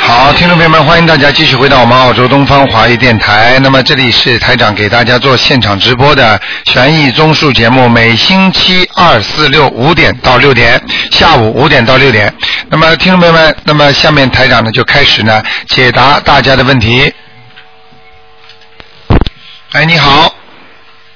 好，听众朋友们，欢迎大家继续回到我们澳洲东方华语电台。那么这里是台长给大家做现场直播的悬疑综述节目，每星期二、四、六五点到六点，下午五点到六点。那么听众朋友们，那么下面台长呢就开始呢解答大家的问题。哎，你好，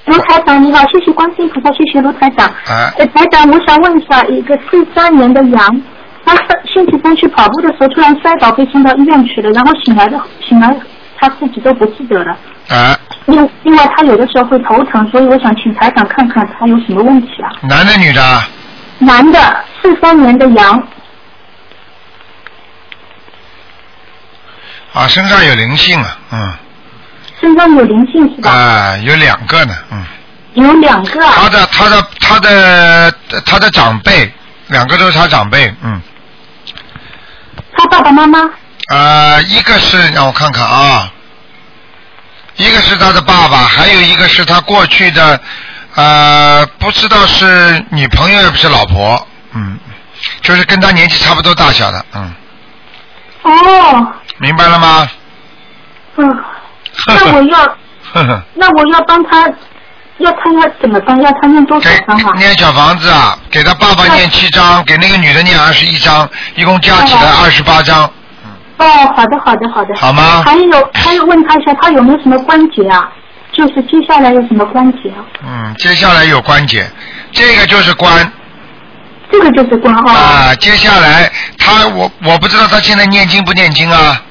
卢台长你好，谢谢关心菩萨，谢谢卢台长。啊，呃，台长，我想问一下，一个四三年的羊，他星期三去跑步的时候突然摔倒，被送到医院去了，然后醒来的醒来他自己都不记得了。啊，另另外，他有的时候会头疼，所以我想请台长看看他有什么问题啊？男的女的啊？男的，四三年的羊，啊，身上有灵性啊，嗯，身上有灵性是吧？啊，有两个呢，嗯，有两个啊他。的他的他的他的长辈，两个都是他长辈，嗯，他爸爸妈妈，呃，一个是让我看看啊，一个是他的爸爸，还有一个是他过去的，呃，不知道是女朋友也不是老婆，嗯，就是跟他年纪差不多大小的，嗯，哦，明白了吗？ 嗯，那我要，呵呵。那我要帮他，要他要怎么办？要他念多少给章啊？念小房子啊，给他爸爸念七张，给那个女的念二十一张，一共加起来二十八张，哦，好的，好的，好的。好吗？还有，还有，问他一下，他有没有什么关节啊？就是接下来有什么关节啊？嗯，接下来有关节，这个就是关这个就是关哦。啊。接下来他我我不知道他现在念经不念经啊？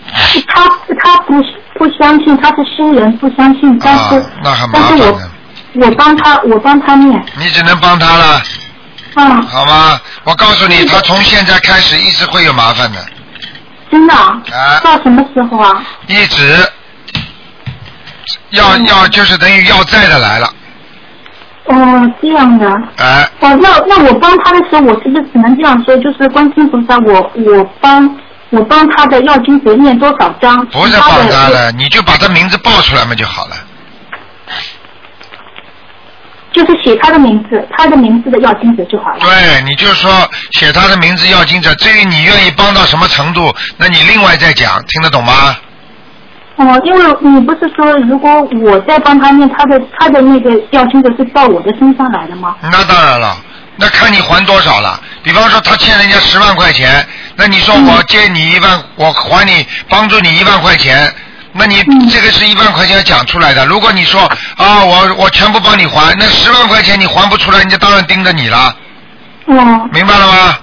他他不不相信，他是新人，不相信，但啊是、，那很麻但烦是的我，我帮他，我帮他念你只能帮他了，啊、好吗？我告诉嗯你，他从现在开始一直会有麻烦的，真的啊啊到什么时候啊？一直要嗯要就是等于要债的来了，哦，这样的。哎。哦，那那我帮他的时候，我是不是只能这样说？就是观世音菩萨，我我帮我帮他的要经者念多少章？不是其帮的他了，你就把他名字报出来嘛就好了。就是写他的名字，他的名字的要经者就好了。对，你就说写他的名字要经者，至于你愿意帮到什么程度，那你另外再讲，听得懂吗？哦，因为你不是说如果我在帮他念，他的他的那个要经者是到我的身上来的吗？那当然了，那看你还多少了。比方说他欠人家十万块钱，那你说嗯我借你一万，我还你帮助你一万块钱，那你嗯这个是一万块钱要讲出来的。如果你说啊，我我全部帮你还，那十万块钱你还不出来，人家当然盯着你了，哦，明白了吗？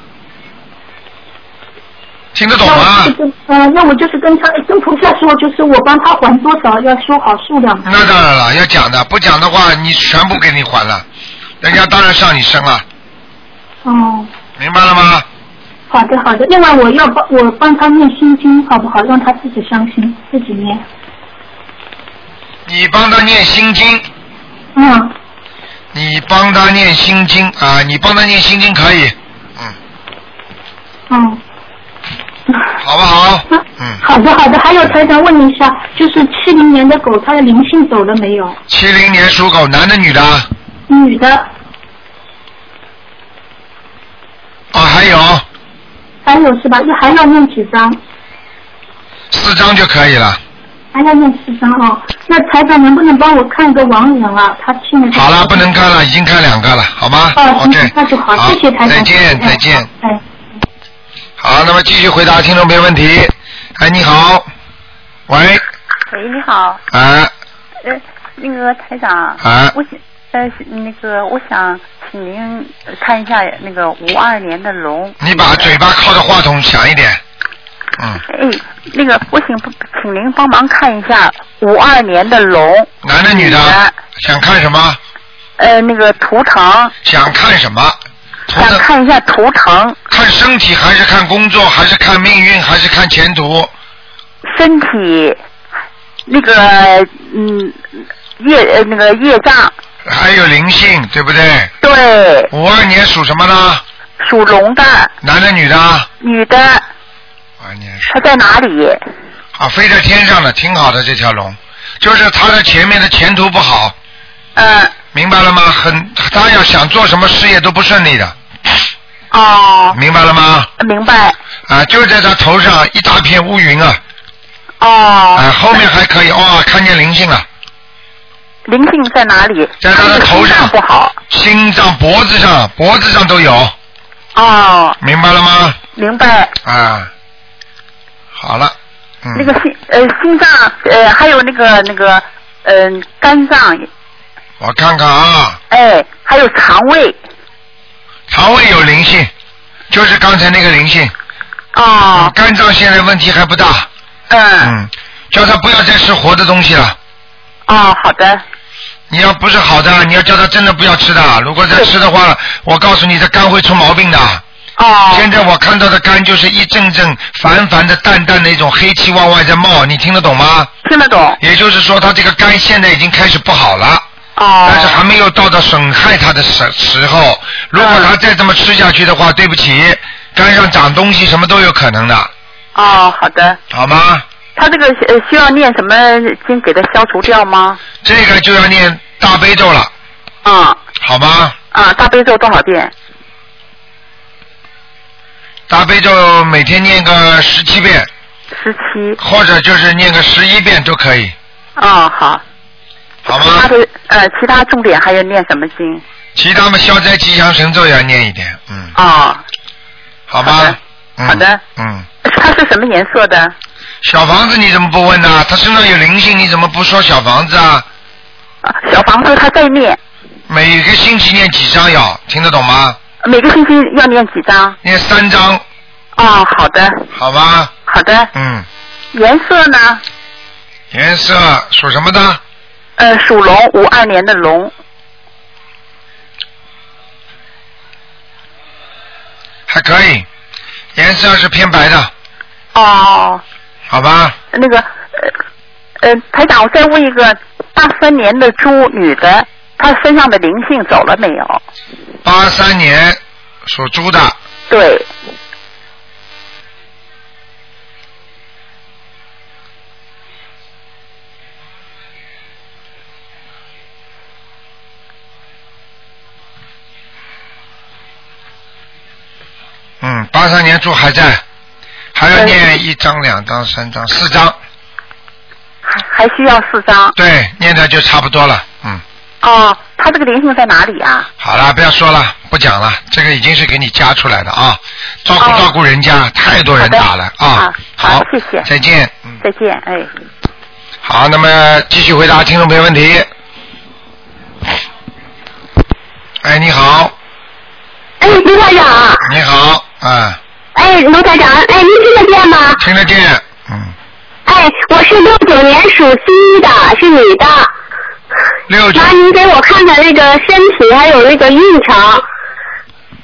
听得懂吗？那我就是呃，那我就是跟他跟菩萨说，就是我帮他还多少，要说好数量。那当然了，要讲的，不讲的话，你全部给你还了，人家当然上你身了，嗯哦，明白了吗？好的好的。另外我要帮我帮他念心经，好不好？让他自己相信，自己念。你帮他念心经，嗯，你帮他念心经啊，你帮他念心经可以，嗯，嗯。啊好不好？嗯，好的好的，还有台长问你一下，就是七零年的狗，它的灵性走了没有？七零年属狗，男的女的？哦，女的，啊还有还有是吧？就还要念几张？四张就可以了。还要念四张哦。那台长能不能帮我看一个亡人啊？他现在好了，不能看了，已经看两个了，好吗哦，行？OK，那就好，谢谢台长。再见，哎再见。。哎。好，那么继续回答听众朋友问题。哎，你好，喂，喂，你好，啊呃，那个台长，啊。我想，呃，那个我想请您呃看一下那个五二年的龙。你把嘴巴靠着话筒响一点。嗯，哎，那个我请请您帮忙看一下五二年的龙，男的女女的的？想看什么？呃，那个图腾，想看什么？图想腾看一下图腾，看身体还是看工作还是看命运还是看前途？身体，那个嗯，业呃那个业障，还有灵性，对不对？对，五二年属什么呢？属龙的男的女的？女的，五二年属她在哪里？啊，飞在天上了，挺好的这条龙，就是它的前面的前途不好，嗯，明白了吗？很，他要想做什么事业都不顺利的，哦，明白了吗？明白。啊，就在他头上一大片乌云啊，啊、哦，后面还可以，哇、看见灵性了，灵性在哪里？在他的头上心脏不好。心脏、脖子上、脖子上都有，哦，明白了吗？明白。啊，好了，嗯，那个心呃心脏呃还有那个那个嗯、肝脏我看看啊，哎还有肠胃肠胃有灵性，就是刚才那个灵性，嗯哦肝脏现在问题还不大，嗯嗯，叫他不要再吃活的东西了。哦好的你要不是好的，你要叫他真的不要吃的。如果再吃的话，我告诉你，他肝会出毛病的。现哦在我看到的肝就是一阵阵烦烦的、淡淡的一种黑气往外在冒，你听得懂吗？听得懂也就是说，他这个肝现在已经开始不好了，哦但是还没有到达损害他的时时候。如果他再这么吃下去的话，对不起，肝上长东西什么都有可能的，哦好的好吗？他这个呃需要念什么经给他消除掉吗？这个就要念大悲咒了，啊、好吗？啊大悲咒多少遍？大悲咒每天念个十七遍。十七或者就是念个十一遍都可以，哦好好其他吗？的呃其他重点还要念什么经？其他嘛，消灾吉祥神咒也要念一点，嗯，哦好好吗的？嗯好的，嗯，它是什么颜色的？小房子你怎么不问呢？他身上有灵性，你怎么不说小房子啊？啊小房子他在念，每个星期念几张要，听得懂吗？每个星期要念几张？念三张，哦，好的，好吧？好的。嗯，颜色呢？颜色属什么的？呃，属龙，五二年的龙。还可以，颜色是偏白的，哦，好吧？那个，呃，呃，台长，我再问一个，八三年的猪女的，她身上的灵性走了没有？八三年属猪的，对，嗯，八三年猪还在，还要嗯念一张、两张、三张、四张。还还需要四张。对，念的就差不多了。嗯，哦，她这个灵性在哪里啊？好了，不要说了，不讲了，这个已经是给你加出来的啊，照顾、哦照顾人家，太多人打了好啊的啊。好谢谢再见。嗯，再见，哎。好，那么继续回答听众朋友问题。哎，你好，哎，卢台长，你好，啊，哎，卢台长，哎，您听得见吗？听得见，嗯，哎，我是六九年属鸡的，是女的。六九麻烦您给我看看那个身体还有那个运程。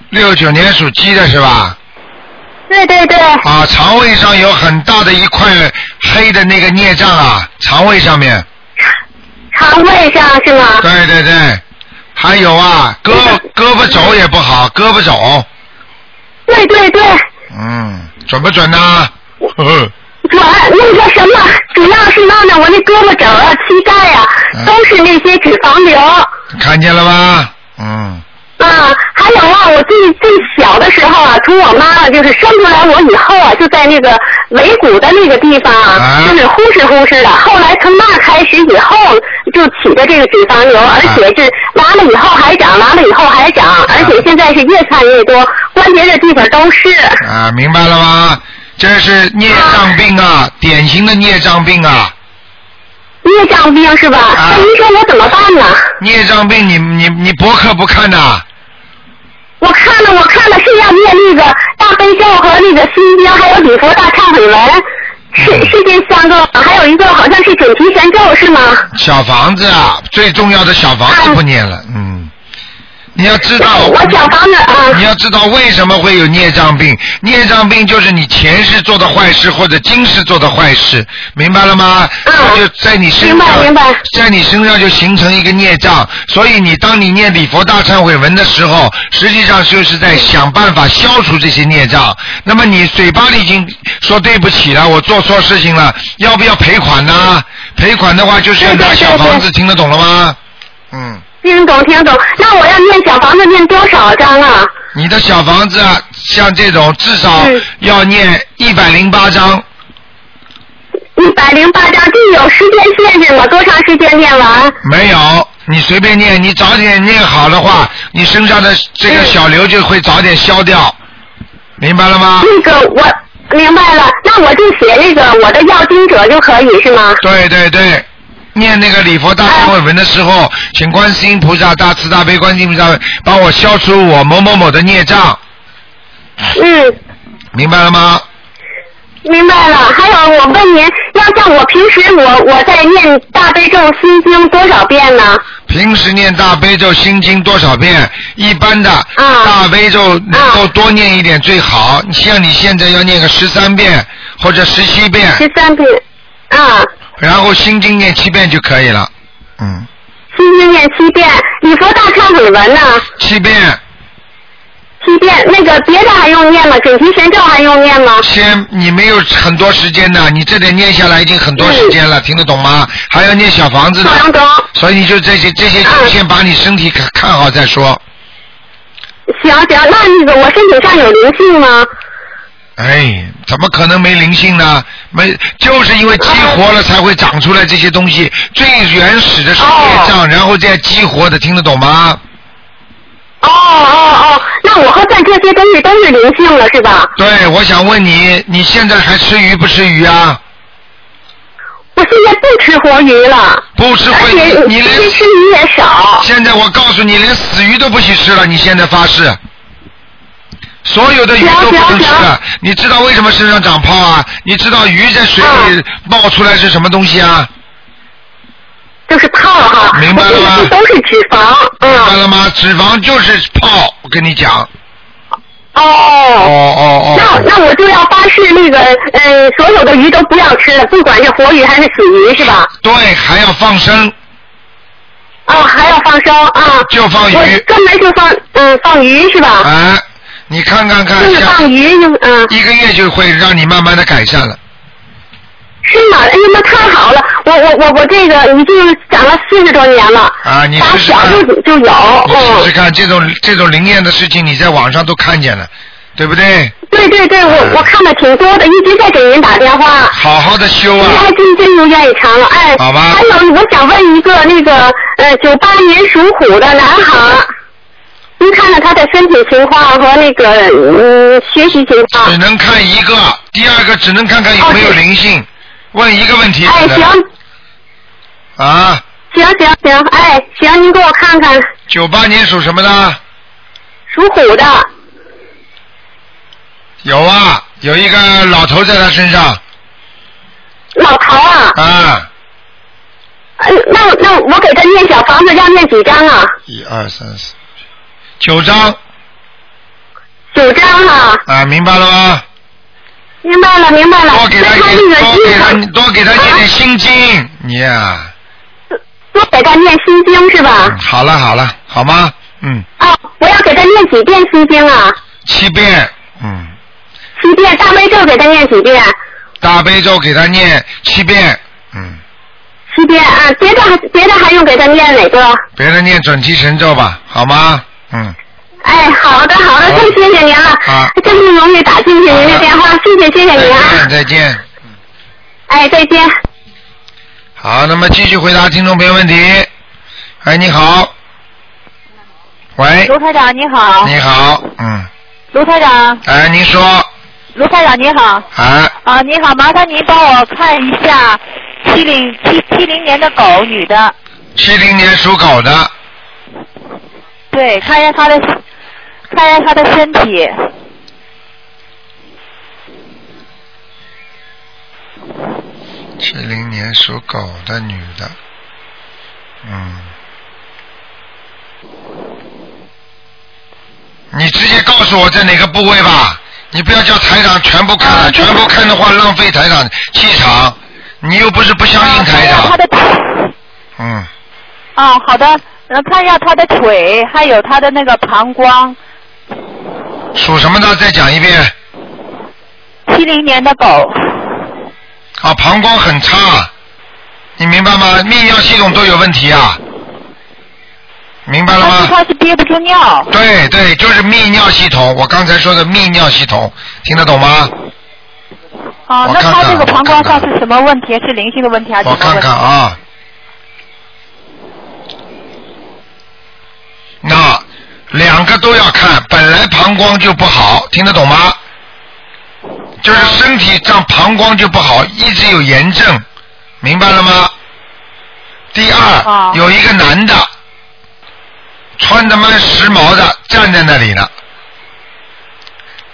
六九年属鸡的是吧？对对对，啊，肠胃上有很大的一块黑的那个孽障啊，肠胃上面。肠胃上是吗？对对对，还有啊，胳胳膊肘也不好，胳膊肘，对对对，嗯，准不准呢？呵呵准那个什么，主要是闹的我那胳膊肘啊、膝盖啊嗯，都是那些脂肪瘤。 看见了吧？嗯，啊，还有啊，我最最小的时候啊，从我妈就是生出来我以后啊，就在那个尾骨的那个地方啊啊，就是呼哧呼哧的。后来从那开始以后就起的这个脂肪瘤，而且是完了以后还长，完了以后还长，而且现在是越看越多，关节的地方都是。啊，明白了吗？这是孽障病啊，典型的孽障病啊，孽障病是吧？啊那您说我怎么办呢？孽障病你你你博客不看呐、我看了，我看了是要念那个大悲咒和那个心经，还有礼佛大忏悔文，是嗯是这三个吗，还有一个好像是准提神咒是吗？小房子啊，最重要的小房子不念了，嗯，你要知道，我小房子啊，你要知道为什么会有孽障病，孽障病就是你前世做的坏事或者今世做的坏事，明白了吗？嗯它就在你身明上白，明白在你身上就形成一个孽障，所以你当你念礼佛大忏悔文的时候，实际上就是在想办法消除这些孽障。那么你嘴巴里已经说对不起了，我做错事情了，要不要赔款呢？赔款的话就是要对对拿对小房对子，听得懂了吗？嗯。听懂听懂。那我要念小房子念多少张啊？你的小房子啊，像这种至少嗯要念一百零八章，一一百零八张，这有时间限制吗？多长时间念完？没有，你随便念，你早点念好的话，你身上的这个小瘤就会早点消掉，明白了吗？那个我明白了，那我就写那个我的要经者就可以是吗？对对对，念那个礼佛大忏悔文的时候，请观世音菩萨、大慈大悲观世音菩萨帮我消除我某某某的孽障，嗯，明白了吗？明白了。还有我问您，要像我平时我我在念大悲咒心经多少遍呢？平时念大悲咒心经多少遍？一般的、嗯大悲咒能够多念一点最好。你像你现在要念个十三遍或者十七遍，十三遍。啊，然后心经念七遍就可以了。嗯，心经念七遍，礼佛大忏悔文呢七遍，七遍，那个别的还用念吗？准提神咒还用念吗？先你没有很多时间的，你这点念下来已经很多时间了，听得懂吗？还要念嗯小房子的啊小，当中，所以你就这些这些，嗯先把你身体看看好再说。行行，那那个我身体上有灵性吗？哎，怎么可能没灵性呢？没，就是因为激活了才会长出来这些东西。最原始的是业障，然后再激活的，听得懂吗？哦哦哦，那我和干这些东西都是灵性了是吧？对，我想问你，你现在还吃鱼不吃鱼啊？我现在不吃活鱼了，不吃而会，且你你平时连吃鱼也少。现在我告诉你，连死鱼都不许吃了。你现在发誓，所有的鱼都不能吃行啊了行。你知道为什么身上长泡啊？你知道鱼在水啊里冒出来是什么东西啊？就是胖哈，哦明白了吗我这都是脂肪，明白嗯，了吗？脂肪就是泡，我跟你讲。哦哦，哦那哦，那我就要发誓那个，呃，所有的鱼都不要吃了，不管是活鱼还是死鱼是吧？对，还要放生，哦，还要放生啊，就放鱼。我专门就放，嗯，放鱼是吧？哎，你看看看就，是像放鱼，就嗯，哎一个月就会让你慢慢的改善了。是吗？哎呀，那太好了！我我我我这个已经攒了四十多年了，啊你打试试小就就有，你试试嗯，看，这种这种灵验的事情，你在网上都看见了，对不对？对对对，嗯我我看的挺多的，一直在给您打电话。好好的修您啊还，真真如愿以偿了，哎，好吧还有，我想问一个那个呃，九八年属虎的男孩，您看看他的身体情况和那个嗯学习情况只。能看一个，第二个只能看看有没有灵性。问一个问题，哎，只行能啊，行行行，哎，行，您给我看看九八年属什么的？属虎的，有啊，有一个老头在他身上老陶啊，啊，呃那那我给他念小房子要念几张啊？一二三四，九张九张啊，啊，明白了吗？明白了明白了。多给他那一他那点，个多给他多给经常他念点心啊经，你呀、多给他念心经是吧嗯，？好了好了，好吗？嗯，啊，我要给他念几遍心经啊？七遍，嗯，七遍大悲咒给他念几遍？啊大悲咒给他念七遍，嗯，七遍啊，别的还别的还用给他念哪个？别人念准提神咒吧，好吗？嗯，哎，好的好的，好太谢谢您了，好真不容易打进去您的电话，谢谢谢谢再您见啊，再见。哎，再见。好，那么继续回答听众朋友问题。哎，你好，喂，卢台长你好，你好，嗯，卢台长，哎，您说，卢台长你好，哎，啊你好，麻烦您帮我看一下七零七七零年的狗女的，七零年属狗的，对，看一下她的，看一下她的身体，七零年属狗的女的，嗯，你直接告诉我在哪个部位吧，你不要叫台长全部看了，啊对全部看的话浪费台长气场，你又不是不相信啊看台一下长，她的，嗯，啊好的，然后看一下她的腿，还有她的那个膀胱，属什么的再讲一遍，七零年的狗，啊，膀胱很差，你明白啊吗？泌尿系统都有问题啊，明白了但吗是？她是憋不住尿，对对，就是泌尿系统，我刚才说的泌尿系统，听得懂吗？哦，我那看看他这个膀胱我看上看是什么问题？啊是灵性的问题还是我什看么问题？看啊。那两个都要看，本来膀胱就不好，听得懂吗？就是身体上膀胱就不好，一直有炎症，明白了吗？第哦二，有一个男的，穿的蛮时髦的，站在那里呢，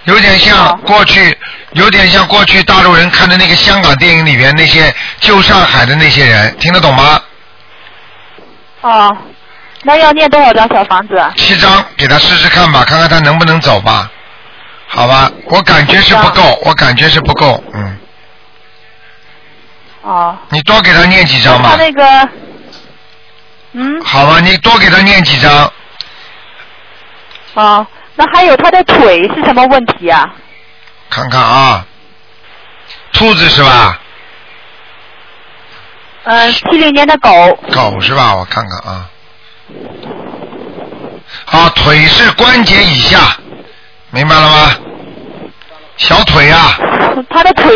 有点像哦过去，有点像过去大陆人看的那个香港电影里边那些旧上海的那些人，听得懂吗？哦，那要念多少张小房子？啊七张给他试试看吧，看看他能不能走吧，好吧？我感觉是不好够，我感觉是不够，嗯，哦，你多给他念几张吧他，那个，嗯，好吧？你多给他念几张，哦，那还有他的腿是什么问题啊？看看啊，兔子是吧？嗯，七零年的狗，狗是吧？我看看啊。啊，腿是关节以下，明白了吗？小腿啊，他的腿，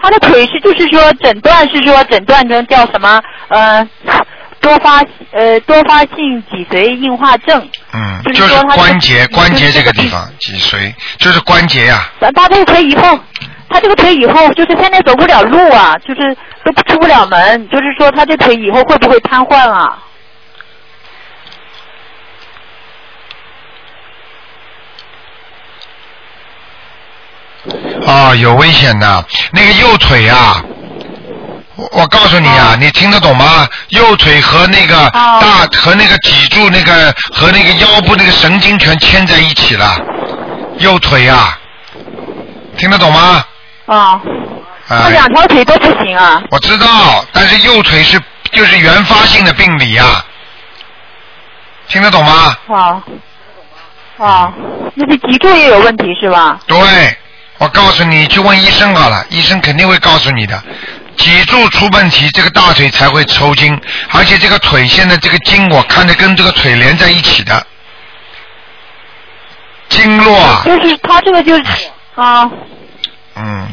他的腿是就是说诊断是说诊断成叫什么？呃，多发呃多发性脊髓硬化症。嗯，就是就是说它这个关节，关节就这是这个个地地方，脊髓就是关节啊呀、咱他这个腿以后，他这个腿以后就是现在走不了路啊，就是都出不了门，就是说他这腿以后会不会瘫痪啊？啊，有危险的。那个右腿呀、我我告诉你啊，你听得懂吗？右腿和那个哦大、和那个脊柱那个和那个腰部那个神经全牵在一起了，右腿呀、听得懂吗？啊，啊、他两条腿都不行啊。我知道，但是右腿是就是原发性的病理呀、啊听得懂吗？啊啊，那是脊柱也有问题是吧？对，我告诉你，去问医生好了，医生肯定会告诉你的。脊柱出问题，这个大腿才会抽筋，而且这个腿现在这个筋，我看着跟这个腿连在一起的，经络啊，就是他这个就是啊，嗯，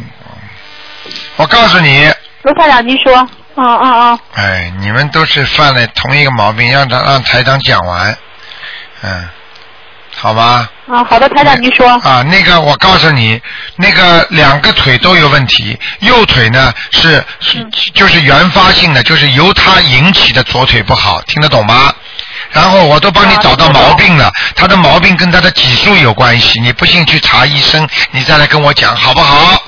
我告诉你，罗台长您说，啊啊啊，哎，你们都是犯了同一个毛病，让他让台长讲完，嗯，好吧？啊好的，台长您说，啊，那个我告诉你，那个两个腿都有问题，右腿呢是嗯是就是原发性的，就是由它引起的左腿不好，听得懂吗？然后我都帮你啊找到听得懂毛病了，他的毛病跟他的脊柱有关系，你不信去查医生，你再来跟我讲好不好？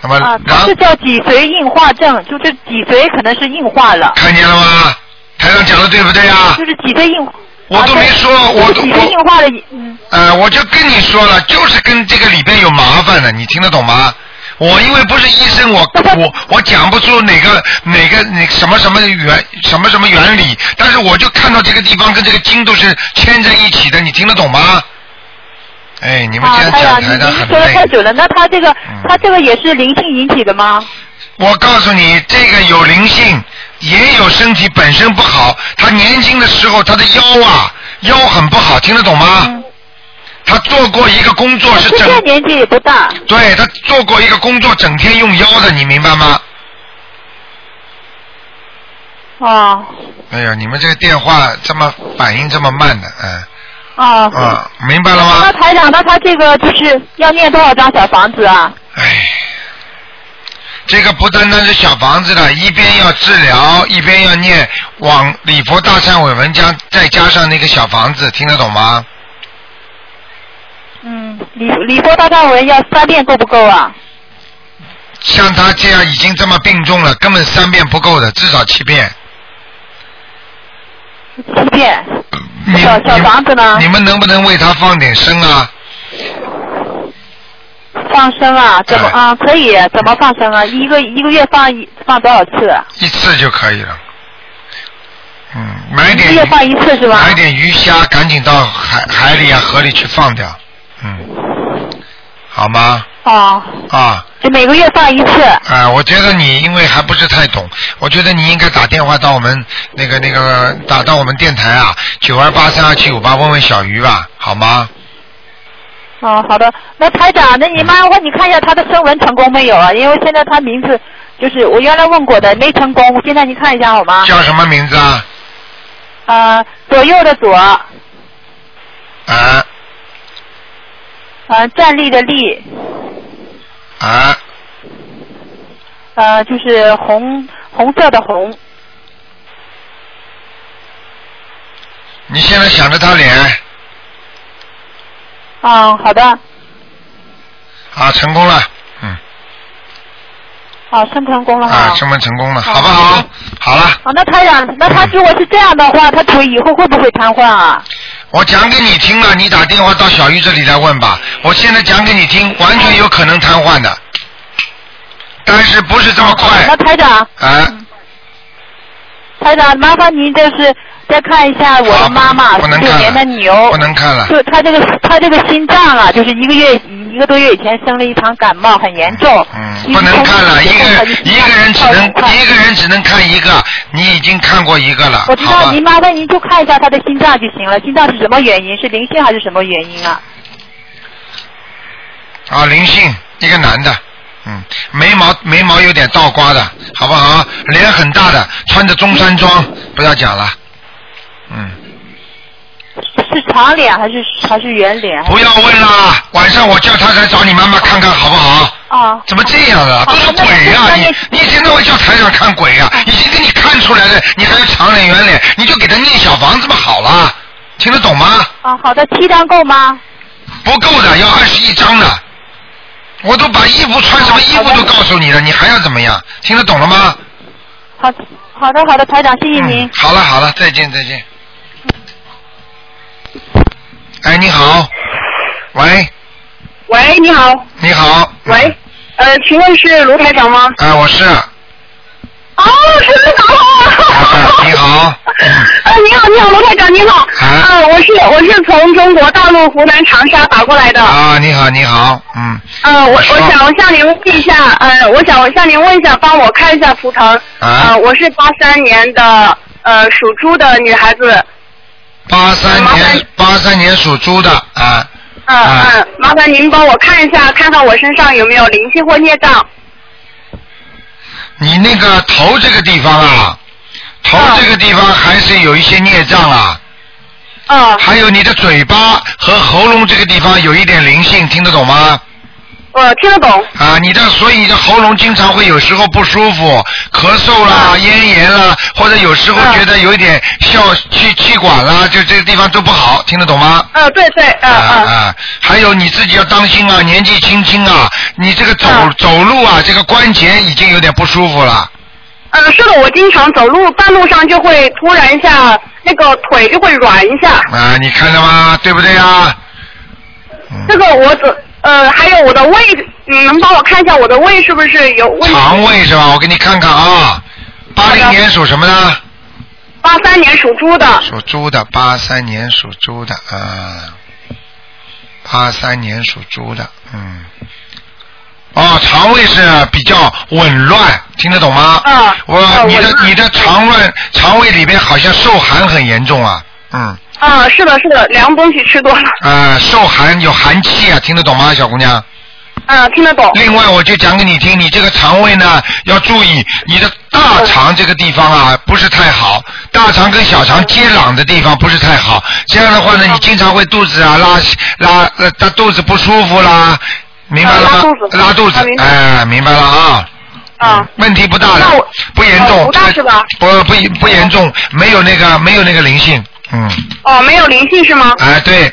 那么，啊，嗯然他是叫脊髓硬化症，就是脊髓可能是硬化了，看见了吗？台上讲的对不对啊就？是脊髓硬，我都没说，我都就是脊髓我硬化的，嗯，呃，我就跟你说了，就是跟这个里边有麻烦的，你听得懂吗？我因为不是医 生，我我我讲不出哪个哪个哪什么什么原什么什么原理，但是我就看到这个地方跟这个筋都是牵在一起的，你听得懂吗？哎，你们啊这样台讲长您台您的很说的累太。准了，那他这个嗯他这个也是灵性引起的吗？我告诉你，这个有灵性，也有身体本身不好。他年轻的时候，他的腰啊腰很不好，听得懂吗？嗯他做过一个工作是现整在年纪也不大，对他做过一个工作，整天用腰的，你明白吗？啊哎呀，你们这个电话这么反应这么慢的，嗯啊。啊，明白了那吗？台长，那他这个就是要念多少张小房子啊？哎，这个不单单是小房子的，一边要治疗，一边要念往礼佛大忏悔文加再加上那个小房子，听得懂吗？嗯，李李波大忏文要三遍够不够啊？像他这样已经这么病重了，根本三遍不够的，至少七遍。七遍。你小小你房子呢你们能不能为他放点声啊？放生啊？怎哎么啊？可以？怎么放生啊？一个一个月放一放多少次？啊一次就可以了。嗯，买一点个月放一次是吧？买点鱼虾，赶紧到海海里啊、河里去放掉。嗯，好吗？哦，啊就每个月放一次。啊、我觉得你因为还不是太懂，我觉得你应该打电话到我们那个那个打到我们电台啊，九二八三二七五八问问小鱼吧，好吗？哦，好的。那台长，那你麻烦你看一下他的声纹成功没有啊？因为现在他名字就是我原来问过的没成功，现在你看一下好吗？叫什么名字啊？呃，左右的左，啊呃，站立的立，啊，呃，就是红红色的红。你现在想着他脸嗯，好的。啊，成功了，嗯，啊，升成功了哈。啊，成功成功了，好不好？好了，啊，那台长，那他如果是这样的话，他腿以后会不会瘫痪啊？我讲给你听啊了，你打电话到小玉这里来问吧。我现在讲给你听，完全有可能瘫痪的，但是不是这么那快台长，啊？台长，麻烦您就是再看一下我好的妈妈，不能九看年的了，牛，不能看了。就她这个她这个心脏啊，就是一个月一个多月以前生了一场感冒，很严重。嗯，不能看了，一个人一个人只能一个人只能看一个，你已经看过一个了，我知好道，吧您？麻烦您就看一下她的心脏就行了。心脏是什么原因？是灵性还是什么原因啊？啊，灵性，一个男的，嗯，眉毛眉毛有点倒刮的，好不好？脸很大的，穿着中山装，不要讲了，嗯，是长脸还是还是圆脸？啊不要问啦，晚上我叫他来找你妈妈看看好不好？啊，怎么这样啊？好都是鬼呀、哦那哦那你你天天会叫台长看鬼呀、已经给你看出来了，你还要长脸圆脸，你就给他念小房子嘛好了，听得懂吗？啊，好的，七张够吗？不够的，要二十一张的。我都把衣服穿什么衣服都告诉你了，你还要怎么样？听得懂了吗？好，好的，好的，台长，谢谢您嗯。好了好了，再见再见。哎，你好。喂，喂，你好，你好。喂，呃，请问是卢台长吗？哎，我是。哦，是卢台长。 你 好。嗯呃，啊你好，你好，卢台长，你好。啊呃，我是我是从中国大陆湖南长沙打过来的。啊，你好，你好，嗯，呃，我说我想向您问一下，呃，我想向您问一下，帮我看一下图腾。啊呃，我是八三年的呃属猪的女孩子，八三麻烦年，八三年属猪的啊，嗯、啊嗯、麻烦您帮我看一下，看看我身上有没有灵性或孽障。你那个头这个地方啊，头啊这个地方还是有一些孽障啊，嗯，还有你的嘴巴和喉咙这个地方有一点灵性，听得懂吗？我听得懂。啊，你的所以你的喉咙经常会有时候不舒服，咳嗽啦、咽炎啦，或者有时候觉得有一点笑气气管啦，就这个地方都不好，听得懂吗？嗯、对对，嗯、嗯、啊！还有你自己要当心啊，年纪轻轻啊，你这个走、啊走路啊，这个关节已经有点不舒服了。呃，是的，我经常走路，半路上就会突然一下，那个腿就会软一下。啊，你看了吗？对不对啊？嗯这个我怎呃，还有我的胃，你能帮我看一下我的胃是不是有问题？肠胃是吧？我给你看看啊，八零好的年属什么呢？八三年属猪的，属猪的，八三年属猪的啊，八三年属猪的，嗯。哦，肠胃是比较紊乱，听得懂吗？啊我、啊你的紊乱你的肠胃肠胃里边好像受寒很严重啊，嗯啊、是的，是的，凉东西吃多了，啊，受寒有寒气啊，听得懂吗，小姑娘？嗯、听得懂，另外，我就讲给你听，你这个肠胃呢要注意，你的大肠这个地方啊不是太好，大肠跟小肠接壤的地方不是太好。这样的话嗯呢，你经常会肚子啊拉拉呃，拉肚子不舒服啦，明白了吗啊拉肚？子拉肚子啊，明白哎，明白了啊。啊、嗯问题不大的那我，不严重，哦不大是吧不不不严重，没有那个没有那个灵性，嗯，哦，没有灵性是吗？哎对，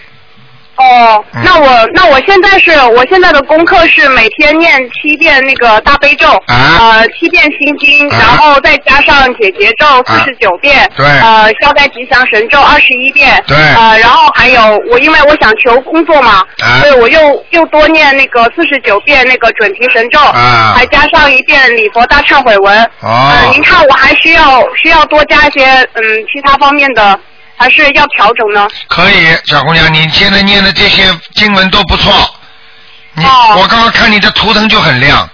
哦，嗯那我那我现在是我现在的功课是每天念七遍那个大悲咒，啊呃，七遍心经，啊然后再加上解结咒四十九遍，对呃，消灾吉祥神咒二十一遍，对呃，然后还有我因为我想求工作嘛，啊所以我又又多念那个四十九遍那个准提神咒，啊还加上一遍礼佛大忏悔文，哦呃，您看我还需要需要多加一些嗯其他方面的，还是要调整呢？可以，小姑娘，你现在念的这些经文都不错。你、哦我刚刚看你的图腾就很亮，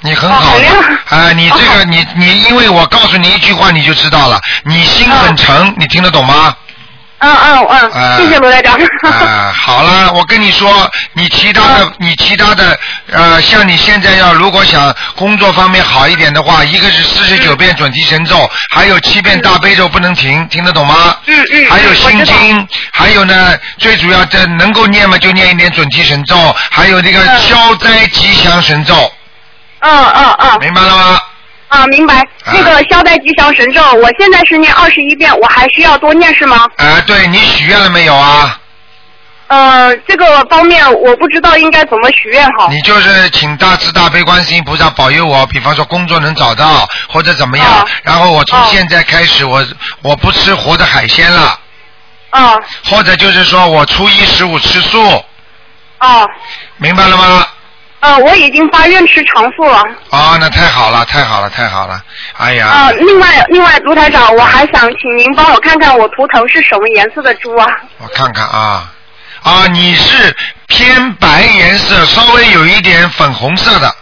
你很好哦的。很亮啊、你这个、你哦你，因为我告诉你一句话你就知道了，你心很诚，你听得懂吗？嗯嗯啊嗯，谢谢罗台长。 啊，好啦，我跟你说，你其他啊的，你其他的，呃，像你现在要如果想工作方面好一点的话，一个是四十嗯九遍准提神咒，还有七遍大悲咒不能停，听得懂吗？嗯嗯，还有嗯心。经，还有呢，最主要的能够念嘛就念一点准提神咒，还有这个嗯消灾吉祥神咒，我知道嗯嗯嗯。明白了吗？啊，明白。啊那个消灾吉祥神咒，我现在是念二十一遍，我还需要多念是吗？啊，对你许愿了没有啊？呃，这个方面我不知道应该怎么许愿好。你就是请大慈大悲观世音菩萨保佑我，比方说工作能找到或者怎么样，哦然后我从哦现在开始我我不吃活的海鲜了，啊或者就是说我初一十五吃素，啊明白了吗？呃，我已经发愿吃长素了。啊、那太好了，太好了，太好了！哎呀，啊，另外另外，卢台长，我还想请您帮我看看我图腾是什么颜色的猪啊？我看看啊，啊，你是偏白颜色，稍微有一点粉红色的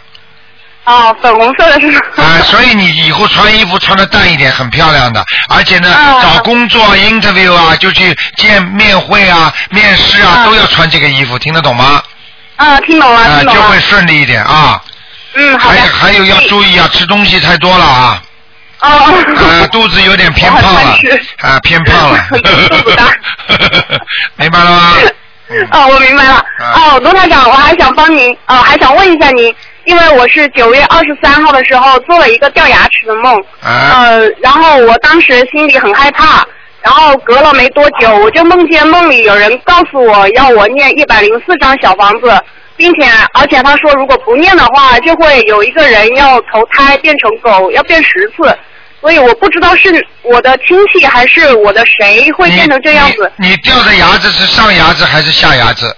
啊，粉红色的是吗？啊，所以你以后穿衣服穿的淡一点，很漂亮的。而且呢，啊找工作 interview 啊，就去见面会啊、面试啊，啊都要穿这个衣服，听得懂吗？ 啊，听懂了，啊，听懂就会了。顺利一点啊。嗯，好还的有。还有要注意啊，吃东西太多了啊，哦。 啊，肚子有点偏胖我很了贪吃，啊，偏胖 了肚子大， 明白了吗？嗯哦，我明白了。啊哦，罗台长，我还想帮您，哦，还想问一下您，因为我是九月二十三号的时候做了一个掉牙齿的梦，啊，呃，然后我当时心里很害怕，然后隔了没多久，我就梦见梦里有人告诉我要我念一百零四张小房子，并且而且他说如果不念的话，就会有一个人要投胎变成狗，要变十次。所以我不知道是我的亲戚还是我的谁会你变成这样子，你你掉的牙齿是上牙齿还是下牙齿？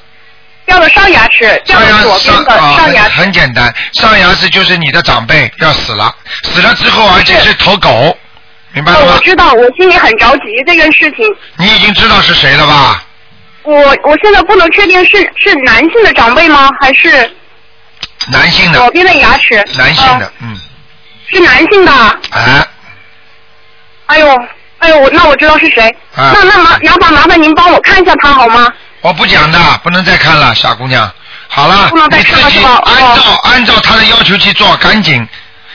掉的上牙齿，掉上的牙哎左边上的啊，上牙很齿。很简单，上牙齿就是你的长辈要死了，死了之后而且是头狗，明白哦了我吗？知道，我心里很着急这件事情。你已经知道是谁了吧？我我现在不能确定是是男性的长辈吗？还是男性左的，边的牙齿？男性啊的，嗯，是男性的。哎，哎呦，哎呦，我那我知道是谁。啊那那麻麻烦麻烦您帮我看一下他好吗？我不讲的，不能再看了，傻姑娘。好了，不能再你自看了己是吧按照按照他的要求去做，赶紧。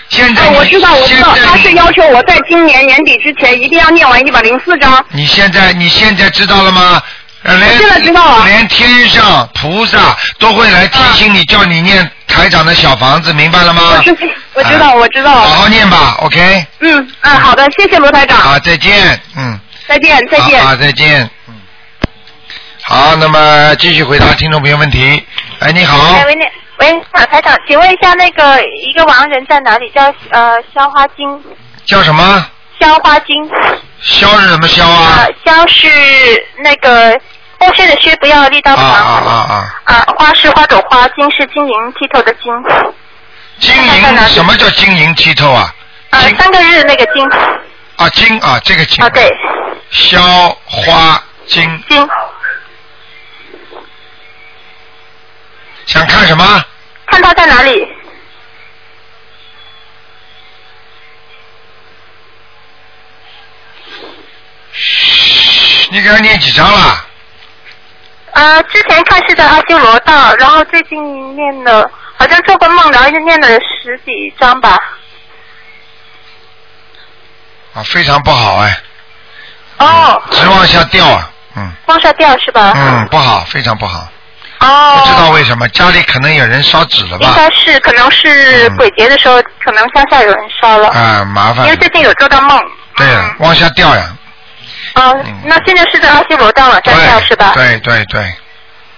现在哎，你我知道我知现道，在他你是要求我在今年年底之前一定要念完一百零四章。你现在你现在知道了吗？呃连现在知道了啊连天上菩萨都会来提醒你，叫你念台长的小房子，明白了吗？我知我知道啊我知道好好念吧，OK。嗯嗯，好的，谢谢罗台长，好，再见，嗯。再见啊再见。好，好再见，嗯。好，那么继续回答听众朋友问题。哎，你好哎，，喂，那喂，啊，台长，请问一下，那个一个亡人在哪里？叫呃肖花金，叫什么？肖花金，啊肖是什么肖啊呃？，肖是那个剥削的削，不要力啊道不啊旁。啊啊！啊花是花朵花，金是晶莹剔透的金。晶在哪莹里什么叫晶莹剔透啊？呃晶，三个日那个金。啊晶啊，这个晶。啊，对，肖花晶，金。想看什么？看他在哪里？你给他念几张了？呃，之前看是在阿修罗道，然后最近念了，好像做过梦，然后就念了十几章吧。啊，非常不好哎，哦，直往下掉啊，嗯光下掉是啊吧？嗯，不好，非常不好，哦。不知道为什么家里可能有人烧纸了应吧？该是，可能是嗯鬼节的时候，可能乡下有人烧了，啊，麻因烦为，最近有做到梦。对了，啊往下掉呀，嗯、嗯那现在是在阿修罗道往下掉对是吧？。对对对，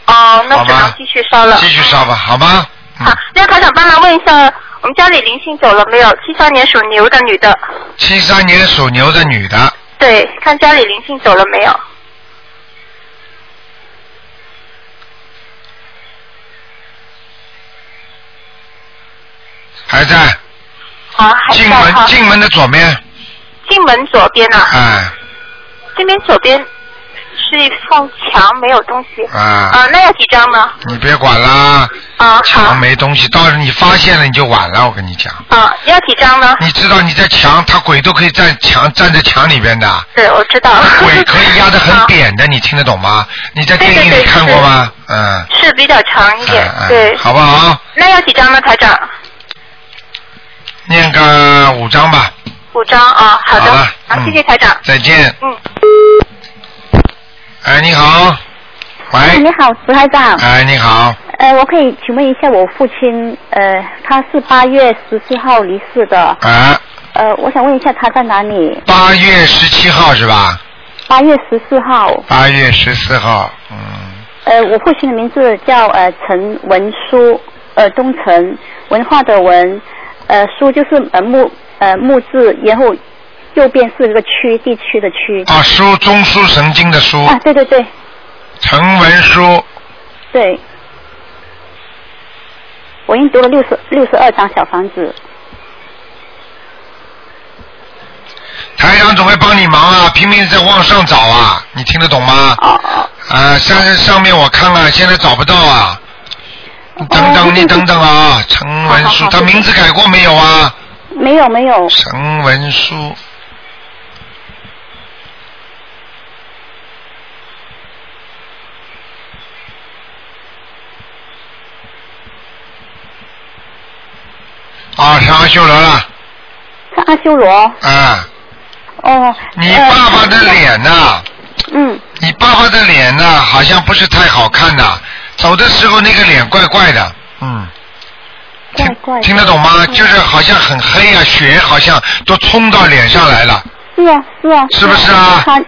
哦，那好只能吧继续烧了。继续烧吧，好吗？好嗯，，那台长帮忙问一下，我们家里灵性走了没有？七三年属牛的女的，七三年属牛的女的，对，看家里灵性走了没有？还在好，还进在哈门。进门的左面，进门左边啊，哎，这边左边是一缝墙，没有东西。啊啊，那要几张呢？你别管啦，啊，好墙没东西，到时候你发现了你就晚了，我跟你讲。啊，要几张呢？你知道你在墙，他鬼都可以站墙站在墙里边 的，对，我知道。鬼可以压得 很啊扁的，你听得懂吗？你在电对影对里对看过吗？嗯，是比较长一点嗯，嗯对。好不好？那要几张呢，台长？念个五章吧，五张啊，好的，好了好，嗯谢谢台长。再见。嗯。哎，你好。哎，喂你。好，石台长。哎，你好。呃，我可以请问一下，我父亲，呃，他是八月十四号离世的，啊，呃，我想问一下他在哪里？八月十七号是吧？八月十四号，八月十四号，嗯，呃，我父亲的名字叫呃陈文书，呃东陈，文化的文，呃书就是呃木呃木字，然后右边是一个区地区的区。啊，书中枢神经的书，啊，对对对陈文书，对。我已经读了六十六十二张小房子，台长总会帮你忙啊，拼命在往上找啊，你听得懂吗？哦哦，啊，上上面我看了，现在找不到啊。你等哦等，你等等啊，陈文书，好好好他名字改过没有啊？没有没有，陈文书。啊，上阿修罗了是阿修罗啊！哦。你呃爸爸的脸呐、嗯，你爸爸的脸呐、好像不是太好看呐、走的时候那个脸怪怪的，嗯。怪怪的听听得懂吗？就是好像很黑啊，血好像都冲到脸上来了。是啊，是啊，是不是啊他，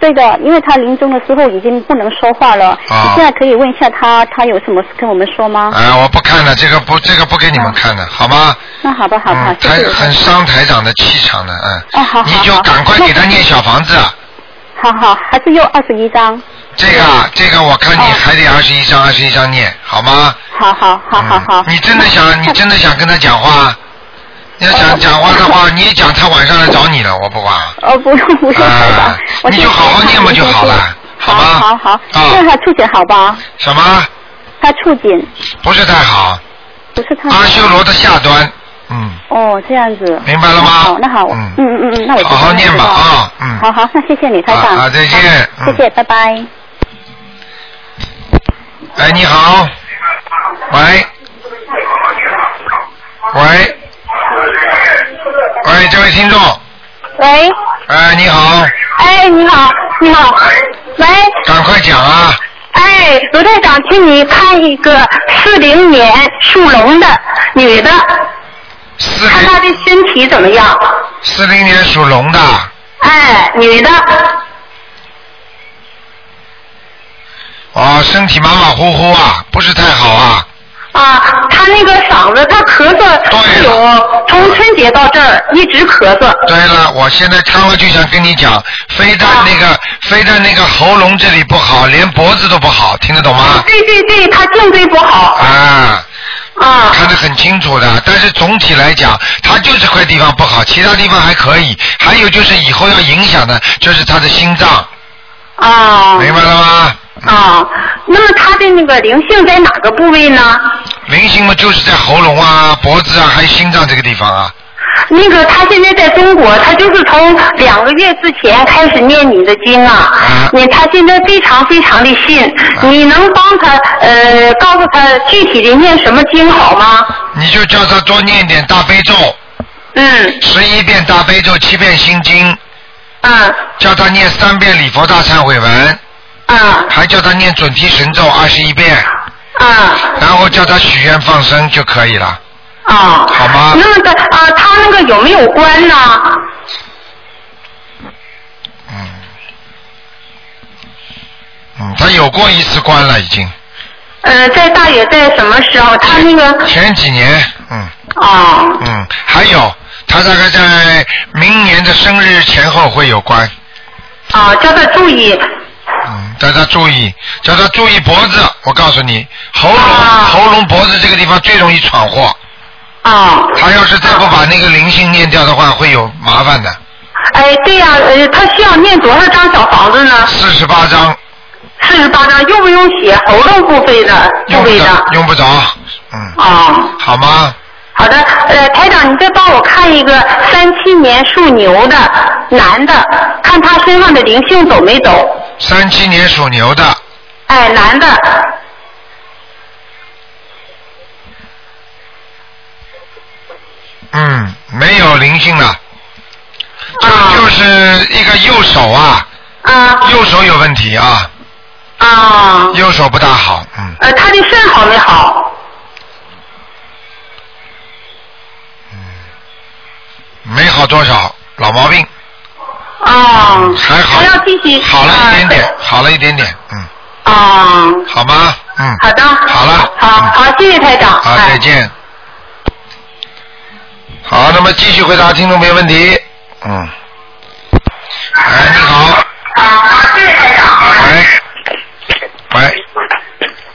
对的，因为他临终的时候已经不能说话了。啊你现在可以问一下他，他有什么事跟我们说吗？啊，我不看了，这个不，这个不给你们看了，好吗？那好吧，好吧，嗯，谢台谢。很伤台长的气场的，嗯。哦好好你就好赶快给他念小房子，好好，还是又二十一张。这个嗯啊这个我看你哦还得二十一张，二十一张念，好吗？好好好好好。嗯你真的想，你真的想跟他讲话？你要想讲话的话，你一讲他晚上来找你了，我不管。哦，不用哦不用，台长啊，我你先就好好看念嘛就好了好好吧好好，那啊他触检好吧？什么？他触检不是太好。不是他。阿修罗的下端，嗯，哦，这样子。啊明白了吗好，那好，嗯嗯嗯嗯嗯，那我知道好好念吧那我知道啊嗯好好，那谢谢你，台长。啊啊再见嗯好谢谢，拜拜。哎，你好，喂，喂，喂，这位听众，喂，哎，你好，哎，你好，你好，喂，赶快讲啊，哎，卢队长，请你看一个四零年属龙的女的，四看她零的身体怎么样？四零年属龙的，哎，女的，哦，身体马马虎虎啊，不是太好啊，啊，她那个嗓子，她咳对嗽啊有从春节到这儿一直咳嗽，对了，我现在看了就想跟你讲，非但那个非但那个喉咙这里不好，连脖子都不好，听得懂吗？对对对，她颈椎不好，啊，啊看得很清楚的，但是总体来讲，他就这块地方不好，其他地方还可以。还有就是以后要影响的，就是他的心脏，啊明白了吗？啊，那么她的那个灵性在哪个部位呢？灵性嘛，就是在喉咙啊、脖子啊，还有心脏这个地方啊。那个他现在在中国，他就是从两个月之前开始念你的经啊啊，你他现在非常非常的信，你能帮他呃告诉他具体的念什么经好吗？你就叫他多念一点大悲咒，嗯十一遍大悲咒，七遍心经，嗯叫他念三遍礼佛大忏悔文，嗯还叫他念准提神咒二十一遍，嗯然后叫他许愿放生就可以了，啊。好吗？那么他啊，他那个有没有关呢？嗯，嗯，他有过一次关了，已经呃，在大约在什么时候？他那个前几年，嗯哦啊嗯，还有他大概在明年的生日前后会有关，哦啊，叫他注意嗯，叫他注意，叫他注意脖子，我告诉你，喉咙、哦啊喉咙脖子这个地方最容易闯祸，啊。哦他要是再不把那个灵性念掉的话，会有麻烦的，哎，对呀、呃，他需要念多少张小房子呢？四十八张，四十八张，用不用写喉咙部分的部用不位的？着，用不着，嗯，哦，好吗？好的，呃，台长，你再帮我看一个三七年属牛的男的，看他身上的灵性走没走？三七年属牛的，哎，男的，嗯，没有灵性了，就啊就是一个右手啊，啊右手有问题啊，啊，右手不大好，嗯，呃，他的肾好没好？没好多少，老毛病，啊，还好还要继续好了一点呃啊点，好了一点点，嗯，对啊，好吗？嗯，好的，好了好嗯好，谢谢台长，好，哎再见。好，那么继续回答听众朋友问题。嗯。哎，你好。啊好，谢谢台长。喂。喂。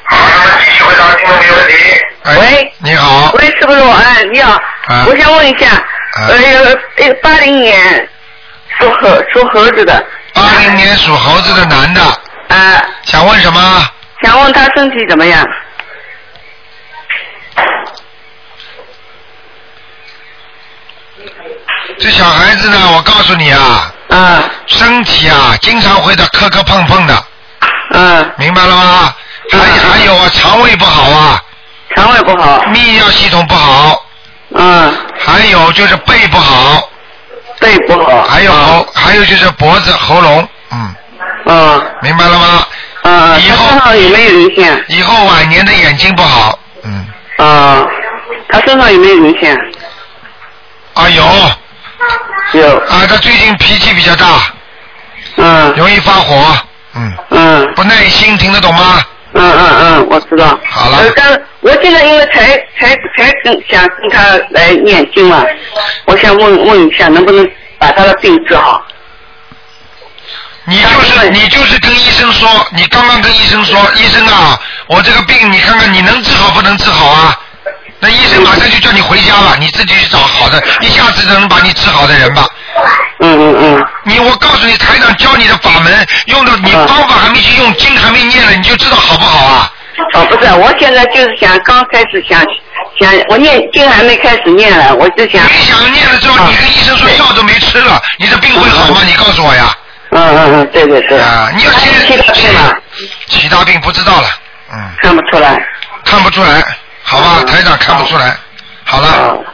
好，那么继续回答听众朋友问题。喂。哎你好。喂，师傅罗，哎，你好，啊我想问一下，啊呃，那个八零年属猴属猴子的，八零年属猴子的男的，啊，想问什么？想问他身体怎么样？这小孩子呢，我告诉你啊，啊，身体啊，经常会的磕磕碰碰的，嗯，明白了吗？还还有啊，肠胃不好啊，肠胃不好，泌尿系统不好，嗯，还有就是背不好，背不好，还有喉，还有就是脖子、喉咙，嗯，嗯，明白了吗？嗯，以他后身上有没有灵性？以后晚年的眼睛不好，嗯，啊，他身上有没有灵性？啊有，啊有，他最近脾气比较大，嗯，容易发火，嗯，嗯。不耐心，听得懂吗？嗯嗯嗯，我知道。好了呃刚我现在因为才才才跟想跟他来念经嘛，我想问问一下，能不能把他的病治好？你哎就是你就是跟医生说，你刚刚跟医生说，医生啊，我这个病你看看你能治好不能治好啊？哎那医生马上就叫你回家了，你自己去找好的，一下子就能把你治好的人吧。嗯嗯嗯。你我告诉你，台长教你的法门，用的你嗯方法还没去用，经还没念呢，你就知道好不好啊？哦，不是，我现在就是想刚开始想想，我念经还没开始念啊呢，我就想，你想念了之后，嗯你跟医生说药都没吃了，你这病会好吗？你告诉我呀。嗯嗯嗯，对对对。啊，你要还有先其他病吗？其他病不知道了，嗯，看不出来。看不出来，好吧，嗯台长看不出来。好了，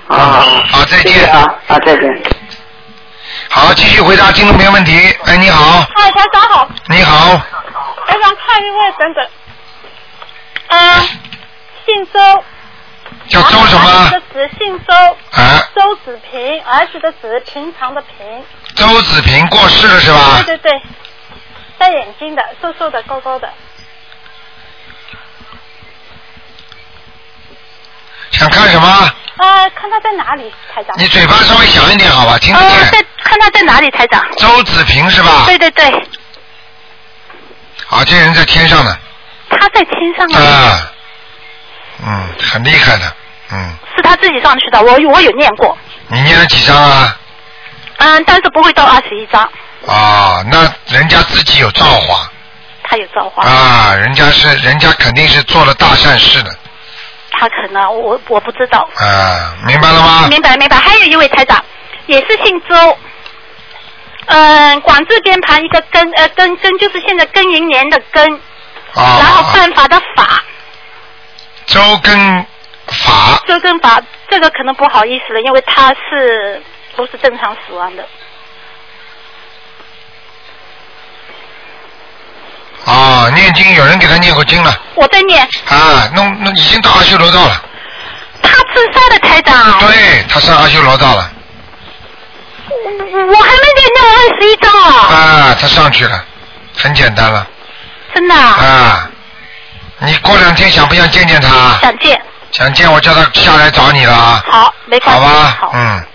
啊。啊好，再谢谢见。啊啊，再见。好，继续回答听众朋友问题。哎，你好，嗨，台长好，你好，台长看一位，等等。呃，姓周。叫周什儿么子？的子，姓周，啊，周子平，儿子的子，平常的平。周子平过世了是吧？对对对，戴眼镜的，瘦瘦的，高高的。想看什么？呃，看他在哪里，台长。你嘴巴稍微响一点好吧，听得呃，见。在看他在哪里，台长。周子平是吧？对对对，啊，这人在天上呢。他在天上啊，啊，嗯，很厉害的，嗯，是他自己上去的，我我有念过，你念了几张啊？嗯，但是不会到二十一章，啊，那人家自己有造化他有造化，啊，人家是人家肯定是做了大善事的他可能我我不知道。啊，明白了吗？明白明白。还有一位台长，也是姓周，嗯，广字边旁一个庚，呃，庚庚就是现在庚寅年的庚，然后啊，办法的法，周跟法周庚法，这个可能不好意思了，因为他是不是正常死亡的？啊，念经有人给他念过经了我在念，啊，弄弄已经到阿修罗道了，他自杀的台长，对他上阿修罗道了我我还没念到二十一章啊，啊，他上去了，很简单了真的啊，啊，你过两天想不想见见他啊？想见，想见我叫他下来找你了啊。好，没关好系，吧，嗯，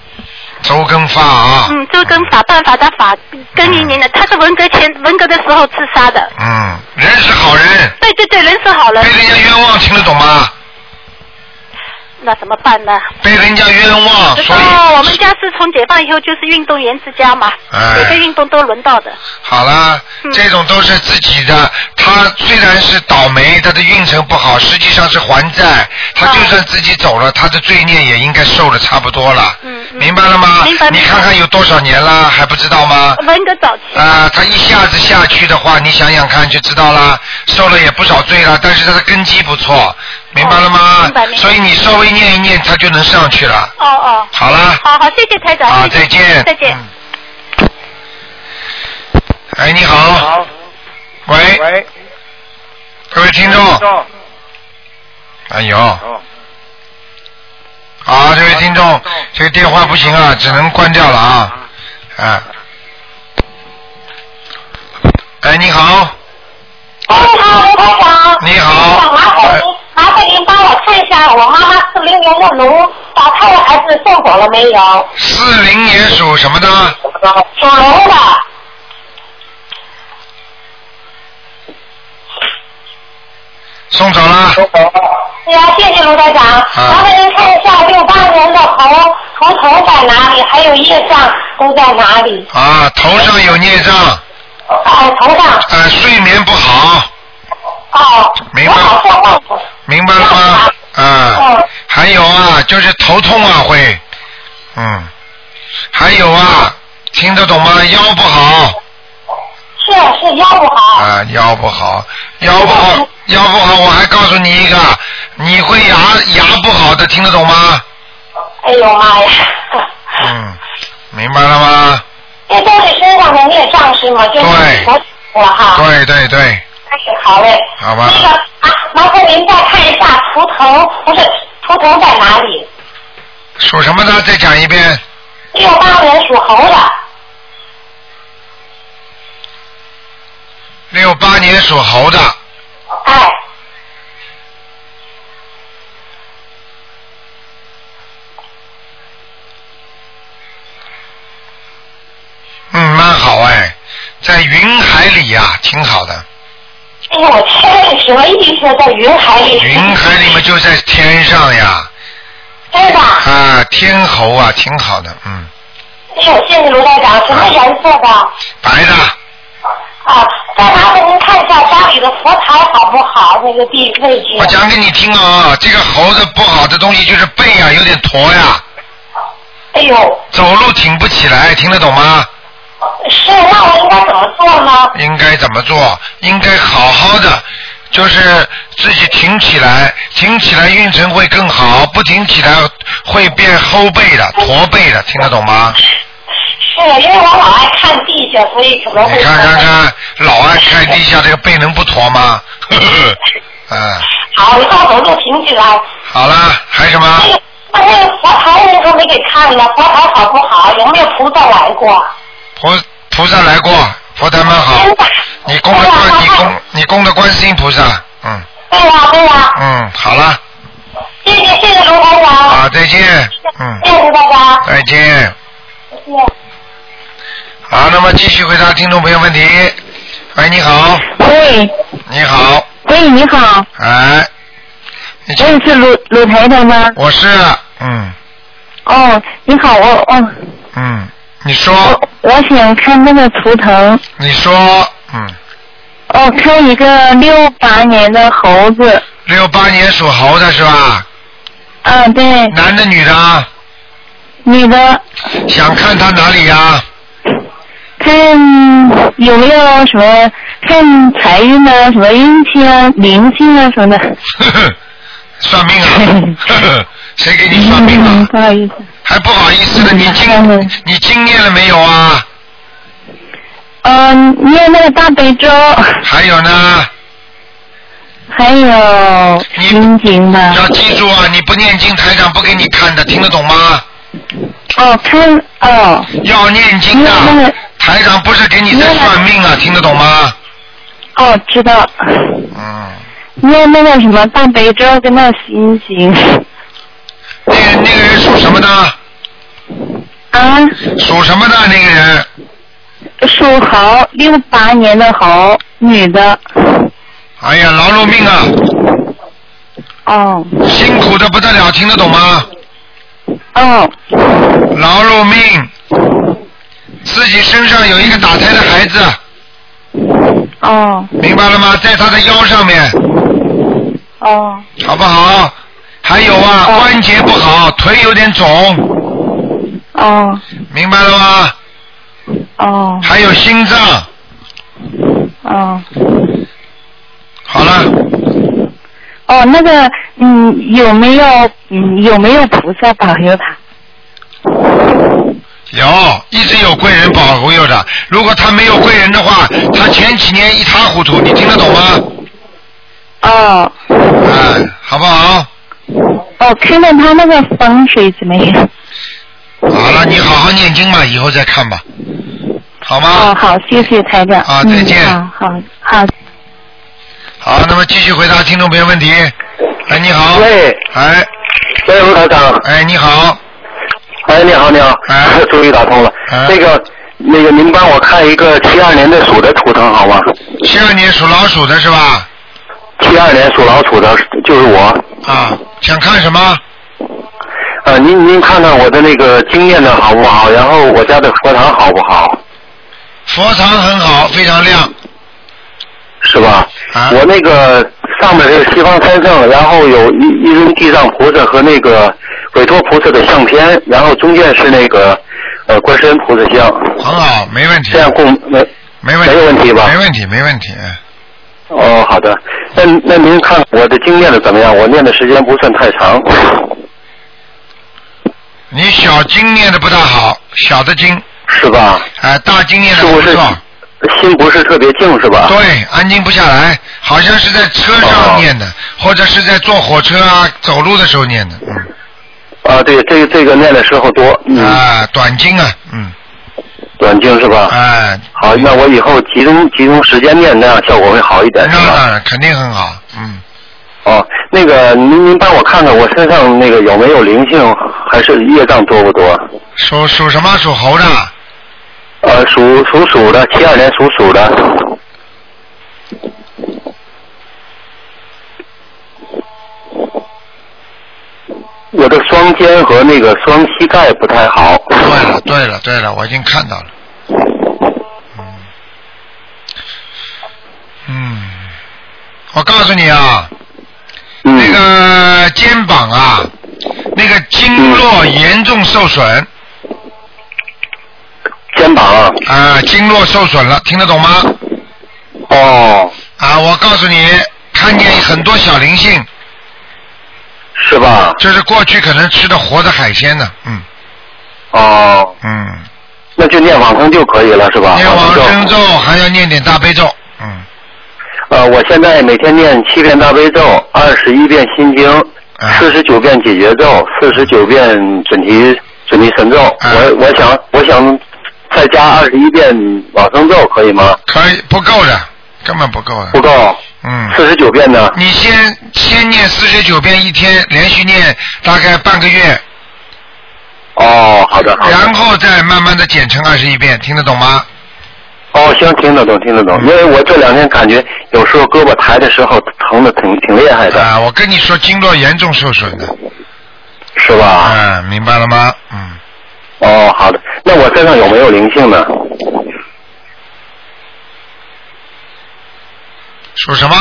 周根发啊，嗯，周庚法办法的法，庚寅年的，他是文革前文革的时候自杀的，嗯，人是好人，对对对，人是好人被。人家冤枉，听得懂吗？那怎么办呢？被人家冤枉，知哦所道以哦我们家是从解放以后就是运动员之家嘛，哎每个运动都轮到的。好啦，嗯这种都是自己的。他虽然是倒霉，他的运程不好，实际上是还债。他啊就算自己走了，他的罪孽也应该受的差不多了。明白了吗？嗯明白嗯你看看有多少年啦，还不知道吗？文革早期啊、他一下子下去的话，你想想看就知道啦，受了也不少罪了，但是他的根基不错，明白了吗？哦明白明白所以你稍微念一念，他就能上去了。哦哦，好啦，好好，谢谢台长，好谢谢呃啊再见嗯再见。哎，你好，喂，喂，各位听众，哎呦，好，这位听众，这个电话不行啊，只能关掉了啊，啊，哎，你好，你好，麻烦您帮我看一下，我妈妈四零年的龙，打胎的孩子送走了没有？四零年属什么的？属龙的，送走了，对哎呀，谢谢卢台长。啊麻烦您看一下六八年的猴，图头在哪里，还有业障都在哪里？啊，头上有孽障，啊，头上。呃，睡眠不好。哦。明白。明白了吗？啊。还有啊，就是头痛啊，会，嗯，还有啊，听得懂吗？腰不好是是腰不好。啊，腰不好，腰不好，腰不好，我还告诉你一个，你会牙牙不好的，听得懂吗？哎呦妈呀， 嗯，明白了吗？这都是身上的业障是吗？就是我我哈。对对对，哎好嘞。好吧。那个啊，麻烦您再看一下图腾，不是图腾在哪里？属什么的？再讲一遍。六八年属猴的，六八年属猴的。哎。嗯，蛮好哎，在云海里呀、挺好的。哎呦我天， 什么意思？在云海里？云海里面就在天上呀。真的？啊，天猴啊，挺好的，嗯，哎呦，谢谢卢台长，什么颜色的？白的。啊，再麻烦您看一下家里的佛台好不好？那个地位置。我讲给你听啊，这个猴子不好的东西就是背啊，有点驼呀、哎呦，走路挺不起来，听得懂吗？是，那我应该怎么做呢？应该怎么做？应该好好的，就是自己挺起来，挺起来运程会更好，不挺起来会变后背的、驼背的，听得懂吗？是因为我老爱看地下，所以可能会。你看看看，老爱看地下这个背能不驼吗？ 呵呵，嗯，好，以后走路挺起来。哎好啦，还有什么？那那个佛台那时候没给看呢，佛台好不好？有没有菩萨来过？菩菩萨来过，佛台蛮哎好。你供的观，你供你供的观世音菩萨，嗯对哎呀、对呀、嗯，好了，谢谢谢谢卢台长，好，再见，嗯，谢谢大家，再见。再见。好，那么继续回答听众朋友问题。喂，你好，喂，你好，喂，你好，哎，哎喂，是鲁鲁台长吗？我是，嗯哦，你好，我哦，嗯，你说，我想看那个图腾，你说，嗯，哦，看一个六八年的猴子，六八年属猴的是吧？啊，对，男的女的啊？女的，想看他哪里呀、 看有没有什么看财运啊，什么运气啊，灵性啊什么的。呵呵，算命啊，呵呵，谁给你算命啊？嗯不好意思，还不好意思呢，你经你经验了没有啊？嗯、念那个大悲咒， 还有呢，还有心经嗯吧。要记住啊，你不念经，台长不给你看的，听得懂吗？哦，看哦。要念经嗯的，台长不是给你在算命啊，听得懂吗？哦，知道。嗯。念那个什么大悲咒跟那心经。那个人属什么的？啊。属什么的那个人？属猴，六八年的猴，女的。哎呀，劳碌命啊！哦，哦辛苦的不得了，听得懂吗？哦。劳碌命，自己身上有一个打胎的孩子，哦明白了吗？在他的腰上面，哦好不好？还有啊，关节不好，腿有点肿，哦明白了吗？哦还有心脏，哦好了，哦，那个嗯，有没有嗯有没有菩萨保佑他？有，一直有贵人保佑的。如果他没有贵人的话，他前几年一塌糊涂，你听得懂吗？哦哎，好不好？哦，看看他那个风水怎么样？好了，你好好念经吧，以后再看吧，好吗？哦，好，谢谢台长。啊，啊再见嗯、好好好，好，那么继续回答听众朋友问题。哎，你好。喂。哎。喂，卢台长。哎，你好。哎，你好，你好。哎。 终于打通了。那个，那个，您帮我看一个七二年的鼠的图腾好吗？七二年属老鼠的是吧？七二年属老鼠的，就是我。啊，想看什么？呃，您您看看我的那个经验的好不好？然后我家的佛堂好不好？佛堂很好，非常亮。是吧？我那个上面是西方三圣，然后有一一尊地藏菩萨和那个委托菩萨的相片，然后中间是那个呃观世音菩萨像。很好，没问题。这样供呃没没问题。没有问题吧？没问题，没问题。嗯哦，好的。那那您看我的经念的怎么样？我念的时间不算太长。你小经念的不大好，小的经。是吧？哎，大经念的是啊不不是错。心不是特别静是吧？对，安静不下来，好像是在车啊上念的，或者是在坐火车啊、走路的时候念的。嗯。啊，对，这个这个念的时候多。嗯。啊，短经啊，嗯。短经是吧？哎。好，那我以后集中集中时间念，那样效果会好一点，是吧？当然肯定很好，嗯。哦，那个您您帮我看看我身上那个有没有灵性，还是业障多不多？属属什么？属猴的。呃，属属鼠的，七二年属鼠的。我的双肩和那个双膝盖不太好。对了，对了，对了，我已经看到了。嗯。嗯。我告诉你啊，嗯那个肩膀啊，那个经络严重受损。肩膀啊。经络受损了，听得懂吗？哦。啊，我告诉你，看见很多小灵性。是吧？就是过去可能吃的活的海鲜呢，嗯。哦。嗯。那就念往生就可以了，是吧？念往生咒还要念点大悲咒，嗯呃，我现在每天念七遍大悲咒，二十一遍心经，啊四十九遍解结咒，四十九遍准提准提神咒。啊我我想我想再加二十一遍往生咒，可以吗？可以不够的，根本不够的。不够。嗯。四十九遍呢？你先先念四十九遍一天，连续念大概半个月，哦，好的。好的然后再慢慢的减成二十一遍，听得懂吗？哦，行，听得懂，听得懂。嗯因为我这两天感觉有时候胳膊抬的时候疼的挺挺厉害的，啊，我跟你说，经络严重受损的。是吧？嗯，明白了吗？嗯。哦，好的。那我身上有没有灵性呢？属什么？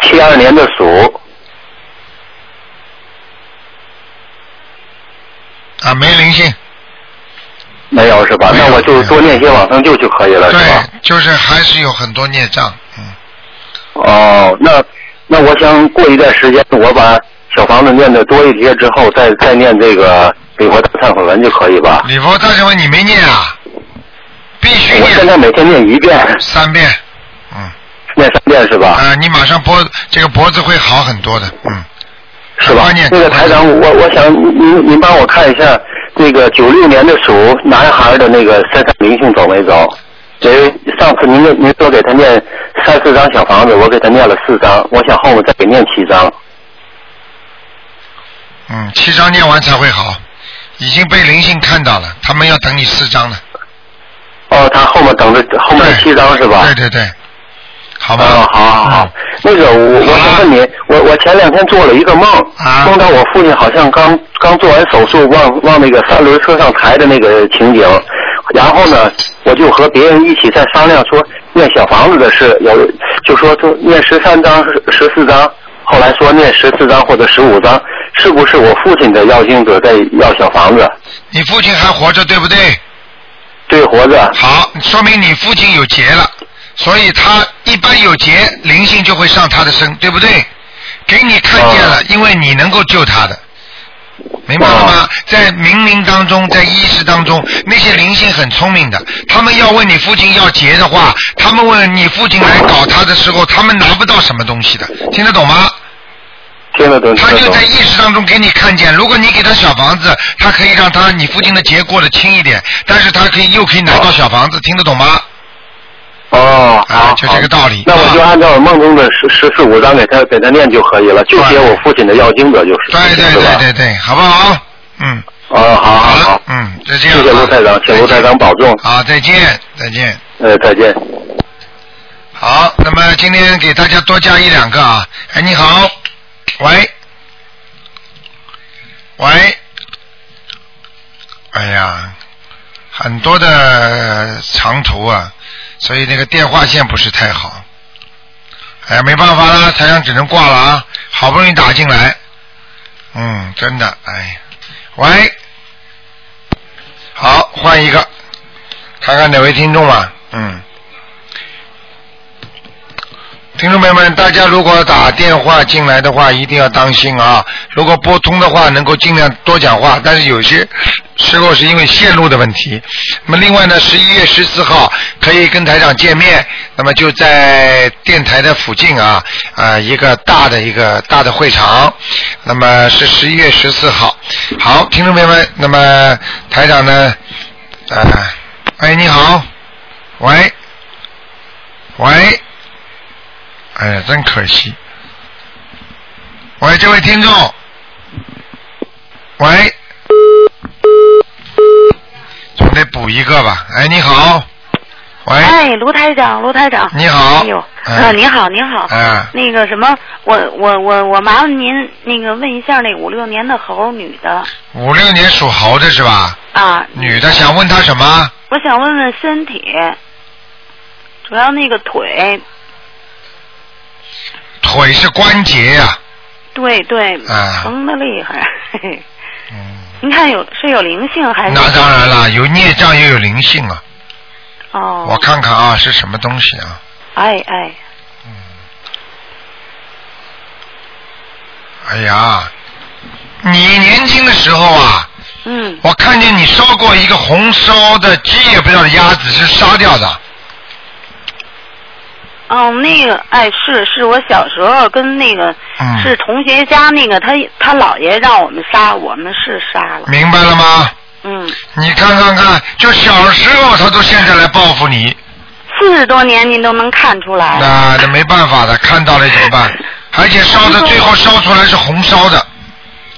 七二年的鼠。啊，没灵性，没有是吧？那我就多念些往生咒就可以了，呃是吧？就是还是有很多孽障。嗯哦，那那我想过一段时间，我把小房子念的多一些之后，再再念这个礼佛大忏悔文就可以吧？礼佛大忏悔你没念啊？必须我现在啊每天念一遍，三遍。嗯念三遍是吧？啊，你马上脖这个脖子会好很多的，嗯。是吧？那个台长，我我想您您帮我看一下那个九六年的鼠男孩的那个身上灵性走没走？因为上次您您说给他念三四张小房子，我给他念了四张，我想后面再给念七张。嗯，七章念完才会好，已经被灵性看到了，他们要等你四章了。哦，他后面等着后面七张是吧？嗯对对对，好吗？嗯哎啊好啊好好，那个我我想问你，我我前两天做了一个梦，梦到我父亲好像刚刚做完手术，往往那个三轮车上抬的那个情景，然后呢，我就和别人一起在商量说念小房子的事，有就说就念十三章、十四章，后来说念十四章或者十五章，是不是我父亲的要经者在要小房子？你父亲还活着对不对？对，活着。好，说明你父亲有劫了，所以他一般有劫，灵性就会上他的身，对不对？给你看见了，因为你能够救他的，明白了吗？在冥冥当中，在意识当中，那些灵性很聪明的，他们要问你父亲要劫的话，他们问你父亲来搞他的时候，他们拿不到什么东西的，听得懂吗？听得懂。他听得就懂在意识当中给你看见，如果你给他小房子，他可以让他你父亲的劫过得轻一点，但是他可以又可以拿到小房子，听得懂吗？哦，啊，就这个道理。那我就按照我梦中的十十四五章给他给他念就可以了，就写我父亲的要经者就是。对对对对对，好不好？嗯，哦，好好好，嗯，再谢谢卢台长，请卢台长保重。好，再见，再见。呃，再见。好，那么今天给大家多加一两个啊。哎，你好，喂，喂，哎呀，很多的呃长途啊，所以那个电话线不是太好。哎呀，没办法啦，台上只能挂了啊，好不容易打进来，嗯，真的，哎，喂，好，换一个，看看哪位听众啊，嗯。听众朋友们，大家如果打电话进来的话，一定要当心啊！如果拨通的话，能够尽量多讲话，但是有些时候是因为线路的问题。那么另外呢，十一月十四号可以跟台长见面，那么就在电台的附近啊，啊、一个大的一个大的会场，那么是十一月十四号。好，听众朋友们，那么台长呢，呃，哎，你好，喂，喂。哎呀，真可惜。喂，这位听众，喂，总得补一个吧？哎，你好，喂，哎，卢台长，卢台长，你好哎呦，哎呃，您好，您好，哎那个什么，我我我我麻烦您那个问一下，那五六年的猴女的五六年属猴的是吧？啊，女的想问她什么？我想问问身体，主要那个腿，腿是关节呀、对对，啊疼的厉害， 嘿嘿，您看有是有灵性还是？嗯那当然了，有孽障又有灵性啊。哦，我看看啊，是什么东西啊？哎哎，哎呀，你年轻的时候啊，嗯，我看见你烧过一个红烧的鸡，也不知道是鸭子，是杀掉的。哦，那个，哎，是是我小时候跟那个、嗯是同学家那个他他姥爷让我们杀，我们是杀了，明白了吗？嗯，你看看看，就小时候他都现在来报复你，四十多年您都能看出来，那那没办法的，看到了怎么办？而且烧的最后烧出来是红烧的，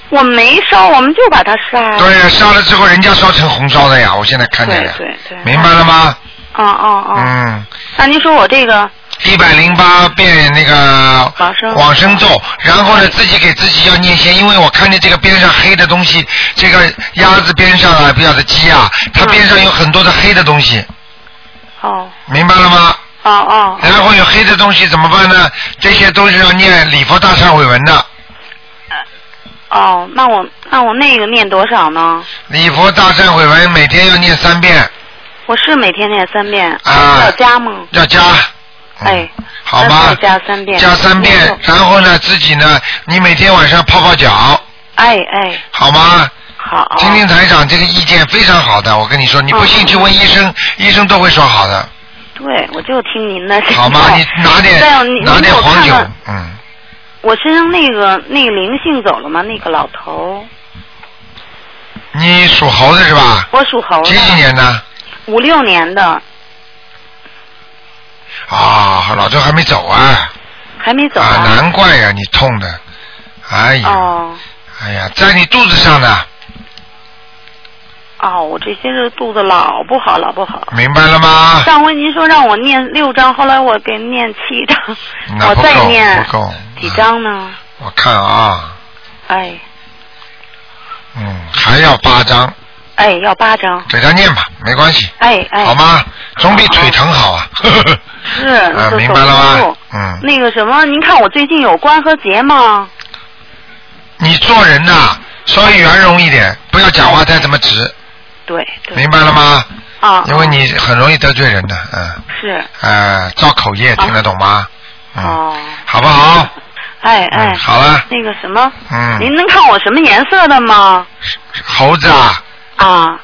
我没烧，我们就把他杀了，对呀，杀了之后人家烧成红烧的呀，我现在看见了，对对对，明白了吗？哦哦哦，嗯，那您说我这个一百零八遍那个往生咒，然后嗯呢自己给自己要念些，因为我看见这个边上黑的东西，这个鸭子边上啊，不要的鸡啊，它边上有很多的黑的东西，嗯哦明白了吗？哦哦，然后有黑的东西怎么办呢？这些都是要念礼佛大忏悔文的。哦，那我那我那个念多少呢？礼佛大忏悔文每天要念三遍，我是每天念三遍，啊要加吗？要加嗯哎，好吗要加三遍，嗯加三遍，然后呢自己呢，你每天晚上泡泡脚，哎哎，好吗？好。听听台长这个意见非常好的，我跟你说，你不信去问医哦生，医生都会说好的，对，我就听您的。好吗？你拿 对啊你点拿点黄你给酒我看，嗯，我身上那个那个灵性走了吗？那个老头儿，你属猴的是吧？我属猴的几，几年的？五六年的，啊，老周还没走啊，还没走啊，难怪呀、你痛的，哎呀，哦，哎呀，在你肚子上呢，哦，我这些日肚子老不好，老不好。明白了吗？上回您说让我念六章，后来我给念七章，那 我不再够，念不够。几章呢？我看啊，哎嗯，还要八张，哎，要八章。给他念吧，没关系，哎哎。好吗？总比腿疼好啊。 是。啊，这明白了手术吗？嗯，那个什么，您看我最近有关和结吗？你做人呐、稍微圆融一点，不要讲话太这么直，对，明白了吗？啊，因为你很容易得罪人的，嗯，是，呃，造口业，听得懂吗？嗯哦，好不好？哎哎。嗯好了。那个什么，嗯，您能看我什么颜色的吗？猴子啊，啊，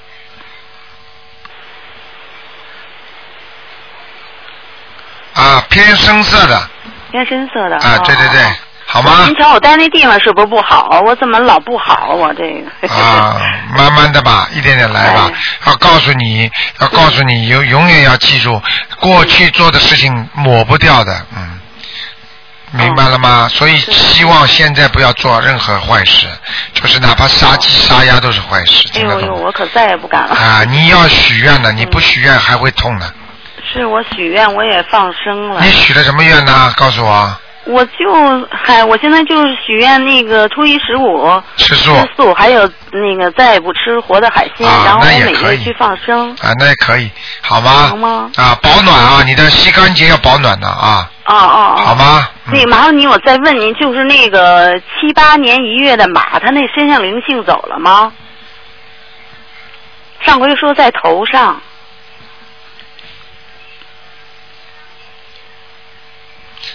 啊，偏深色的，偏深色的。啊，哦对对对，好吗您？瞧我待那地方是不是不好？啊我怎么老不好？我这个。啊，慢慢的吧，一点点来哎吧。要告诉你，要告诉你，永永远要记住，过去做的事情抹不掉的，嗯，明白了哦吗？所以希望现在不要做任何坏事，就是哪怕杀鸡杀鸭都是坏事， 哎听得呦懂呦，我可再也不敢了。啊？你要许愿的，你不许愿还会痛的。是我许愿，我也放生了你。许了什么愿呢？告诉我，我就嗨，我现在就是许愿那个初一十五吃素吃素，还有那个再也不吃活的海鲜，啊然后那也我每可月以去放生，啊，那也可以，好吗？行吗？啊，保暖啊，你的膝关节要保暖的啊，哦哦哦。好吗？嗯那个麻烦您，我再问您，就是那个七八年一月的马，它那身上灵性走了吗？上回说在头上，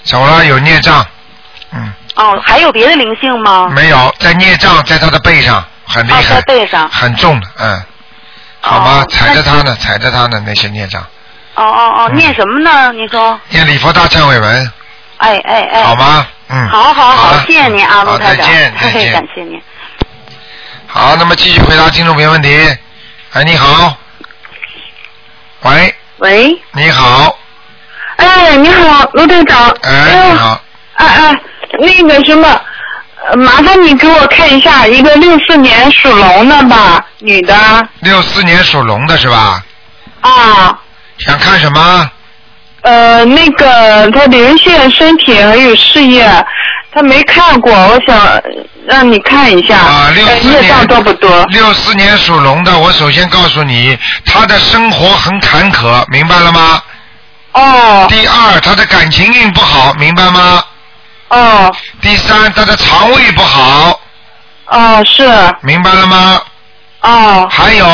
走了，有孽障，嗯哦，还有别的灵性吗？没有，在孽障在他的背上，很厉哦，在害，背上。很重的，嗯，好吗？踩着他呢，踩着他呢，那些孽障，哦哦嗯哦，念什么呢？您说，念礼佛大忏悔文，哎哎哎。好？吗？嗯，好好好，谢谢您啊，好卢台长，再见再嘿见感谢您。好，那么继续回答听众朋友问题。哎，你好，喂，喂，你好，哎，你好，卢队长。哎，你好，哎哎，那个什么，呃麻烦你给我看一下一个六四年属龙的吧，女的六四年属龙的是吧？啊，想看什么？呃，那个她灵性、身体还有事业，她没看过，我想呃让你看一下。啊，六四业障年多不多？六四年属龙的，我首先告诉你，他的生活很坎坷，明白了吗？哦。第二，他的感情运不好，明白吗？哦。第三，他的肠胃不好。哦，是。明白了吗？哦。还有，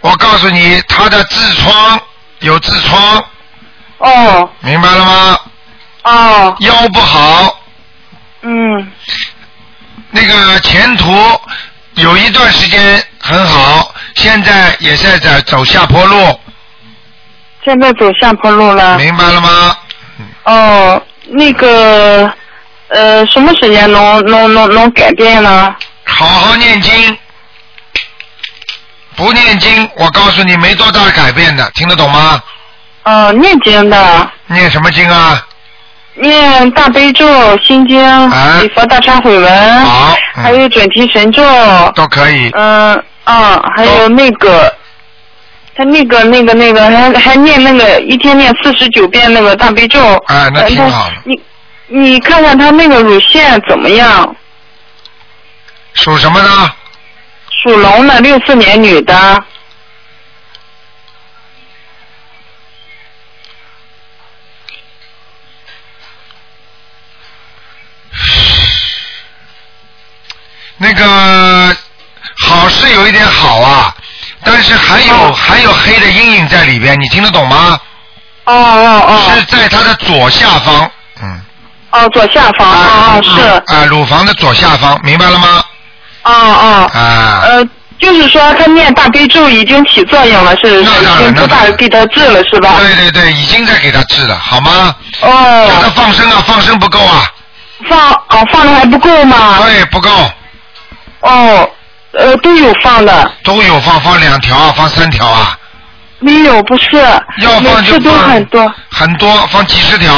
我告诉你，他的痔疮有痔疮。哦。明白了吗？哦。腰不好。嗯。那个前途有一段时间很好，现在也是在走下坡路。现在走下坡路了。明白了吗？哦，那个，呃，什么时间能能能能改变呢？好好念经，不念经，我告诉你没多大改变的，听得懂吗？哦、念经的，念什么经啊？念大悲咒、心经、礼佛大忏悔文，啊好，嗯还有准提神咒，都可以。嗯、啊，还有那个，他那个那个那个还还念那个一天念四十九遍那个大悲咒。哎那呃挺他好的你你看看他那个乳腺怎么样？属什么呢？属龙的，六四年女的。啊那个好是有一点好啊，但是还有、还有黑的阴影在里边，你听得懂吗？哦哦哦。是在它的左下方。嗯哦，左下方啊，是，哦啊，乳房的左下方，明白了吗？哦哦，啊，呃，就是说他念大悲咒已经起作用了，是是已经不大给他治了，是吧？对对对，已经在给他治了，好吗？哦。叫他放生啊，放生不够啊。放哦，放的还不够吗？对，不够。哦，呃，都有放的。都有放，放两条啊，放三条啊，没有，不是，要放每就次都放很多，很多，放几十条，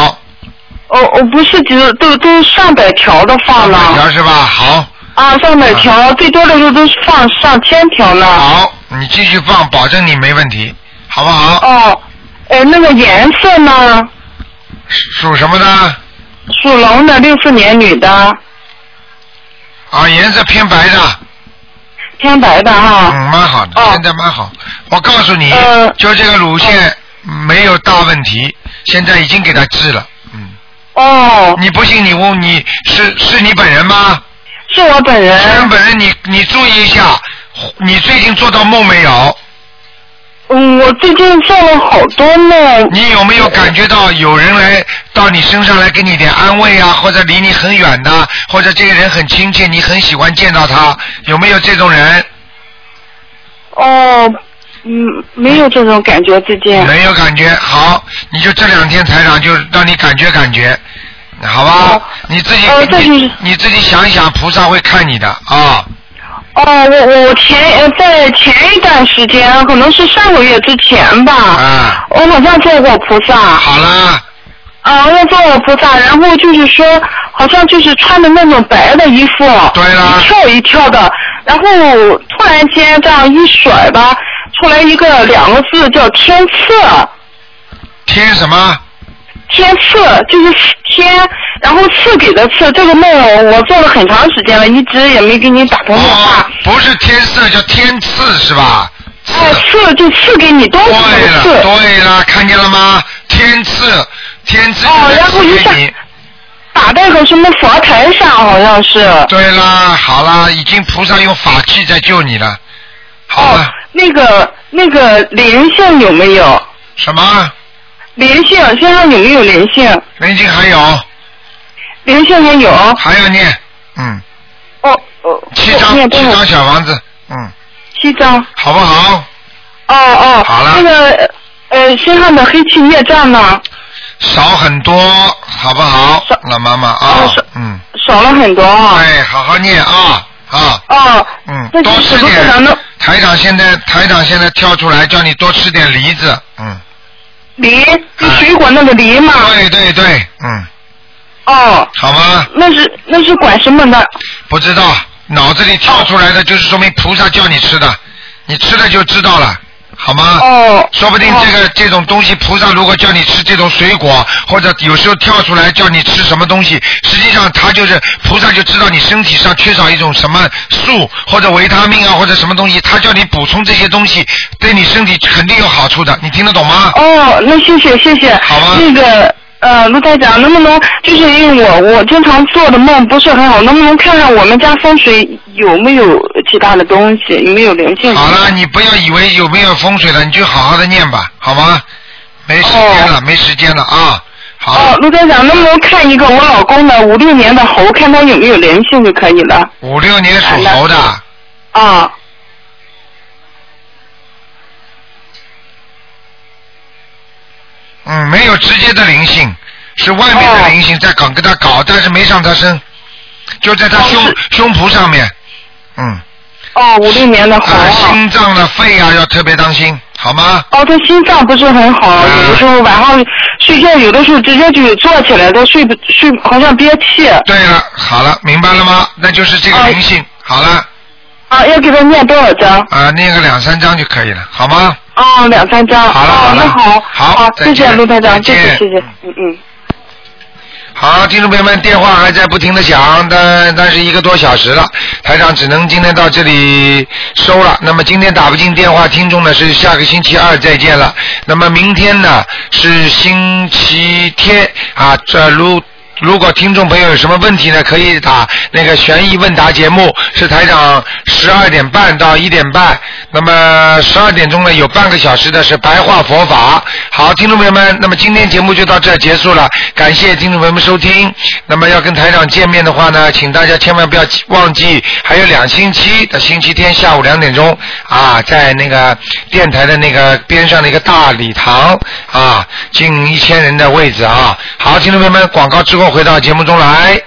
哦哦，不是几十，都都上百条的放了。条是吧？好，啊啊，上百条，最多的时候都是放上千条呢。好，你继续放，保证你没问题，好不好？哦，呃，那个颜色呢？属什么的？属龙的，六四年女的，啊，颜色偏白的。偏白的哈。嗯，蛮好的，现在蛮好。我告诉你，就这个乳腺没有大问题，现在已经给他治了。嗯哦。你不信你问你是是你本人吗？是我本人。是人本人，你你注意一下，你最近做到梦没有？嗯，我最近做了好多梦。你有没有感觉到有人来到你身上来给你一点安慰啊，或者离你很远的，或者这个人很亲切，你很喜欢见到他，有没有这种人？哦，嗯，没有这种感觉，最近。没有感觉，好，你就这两天台长就让你感觉感觉，好吧？你自己、哦这是你你自己想一想，菩萨会看你的啊。哦，我我前呃在前一段时间，可能是上个月之前吧，啊、我好像做过菩萨。好啦。啊，我做过菩萨，然后就是说，好像就是穿的那种白的衣服，对啦，一跳一跳的，然后突然间这样一甩吧，出来一个两个字叫天赐。天什么？天赐就是天，然后赐给的赐。这个梦我做了很长时间了，一直也没给你打通电话。哦不是天色，叫天赐是吧？哎，赐就赐给你东西对的了，赐。对了，看见了吗？天赐，天赐哦就然在后赐一下给你。打在个什么佛台上，好像是。对啦，好啦，已经菩萨用法器在救你了。好啊了，哦那个那个灵性有没有？什么？灵性身上有没有灵性？灵性还有。哦灵性也有。还要念，嗯。哦哦。七张念多七少张小房子，嗯，七张。好不好？哦哦。好了那个呃，身上的黑气业障呢？少很多，好不好？老妈妈啊，嗯，少了很多啊。哎，好好念啊啊。哦。嗯，那就多是吃不是点咱们。台长现在台长现在跳出来叫你多吃点梨子，嗯。梨，就水果那个梨嘛。哎对对对，嗯，哦，好吗？那是那是管什么的？不知道，脑子里跳出来的就是说明菩萨叫你吃的，你吃了就知道了，好吗？哦。啊说不定这个、这种东西，菩萨如果叫你吃这种水果，或者有时候跳出来叫你吃什么东西，实际上他就是菩萨就知道你身体上缺少一种什么素或者维他命啊或者什么东西，他叫你补充这些东西，对你身体肯定有好处的，你听得懂吗？哦，那谢谢谢谢。好吧。那个呃，陆台长，能不能就是因为我我经常做的梦不是很好，能不能看看我们家风水有没有其他的东西，有没有灵性？好了，你不要以为有没有风水了，你就好好的念吧，好吗？没时间了，没时间了啊！哦，陆台长，能不能看一个我老公的五六年的猴，看他有没有灵性就可以了？五六年属猴的，啊，嗯，没有直接的灵性，是外面的灵性在搞跟他搞，但是没上他身，就在他胸、胸脯上面，嗯。哦，五六年的猴、啊。心脏的肺啊，要特别当心，好吗？哦，他心脏不是很哎好，有的时候晚上睡觉，有的时候直接就坐起来都睡不睡，好像憋气。对了，好了，明白了吗？那就是这个灵性，好了，啊，要给他念多少张？啊，念个两三张就可以了，好吗？哦，两三张。好了哦好了那好，好再谢见谢陆台再长，谢见谢谢谢，嗯嗯。好，听众朋友们，电话还在不停的响，但但是一个多小时了，台长只能今天到这里收了。那么今天打不进电话，听众呢是下个星期二再见了。那么明天呢是星期天啊，这如。如果听众朋友有什么问题呢，可以打那个悬疑问答节目，是台长十二点半到一点半。那么十二点钟呢，有半个小时的是白话佛法。好，听众朋友们，那么今天节目就到这儿结束了，感谢听众朋友们收听。那么要跟台长见面的话呢，请大家千万不要忘记，还有两星期的星期天下午两点钟啊，在那个电台的那个边上的一个大礼堂啊，近一千人的位置啊。好，听众朋友们，广告之后回到节目中来。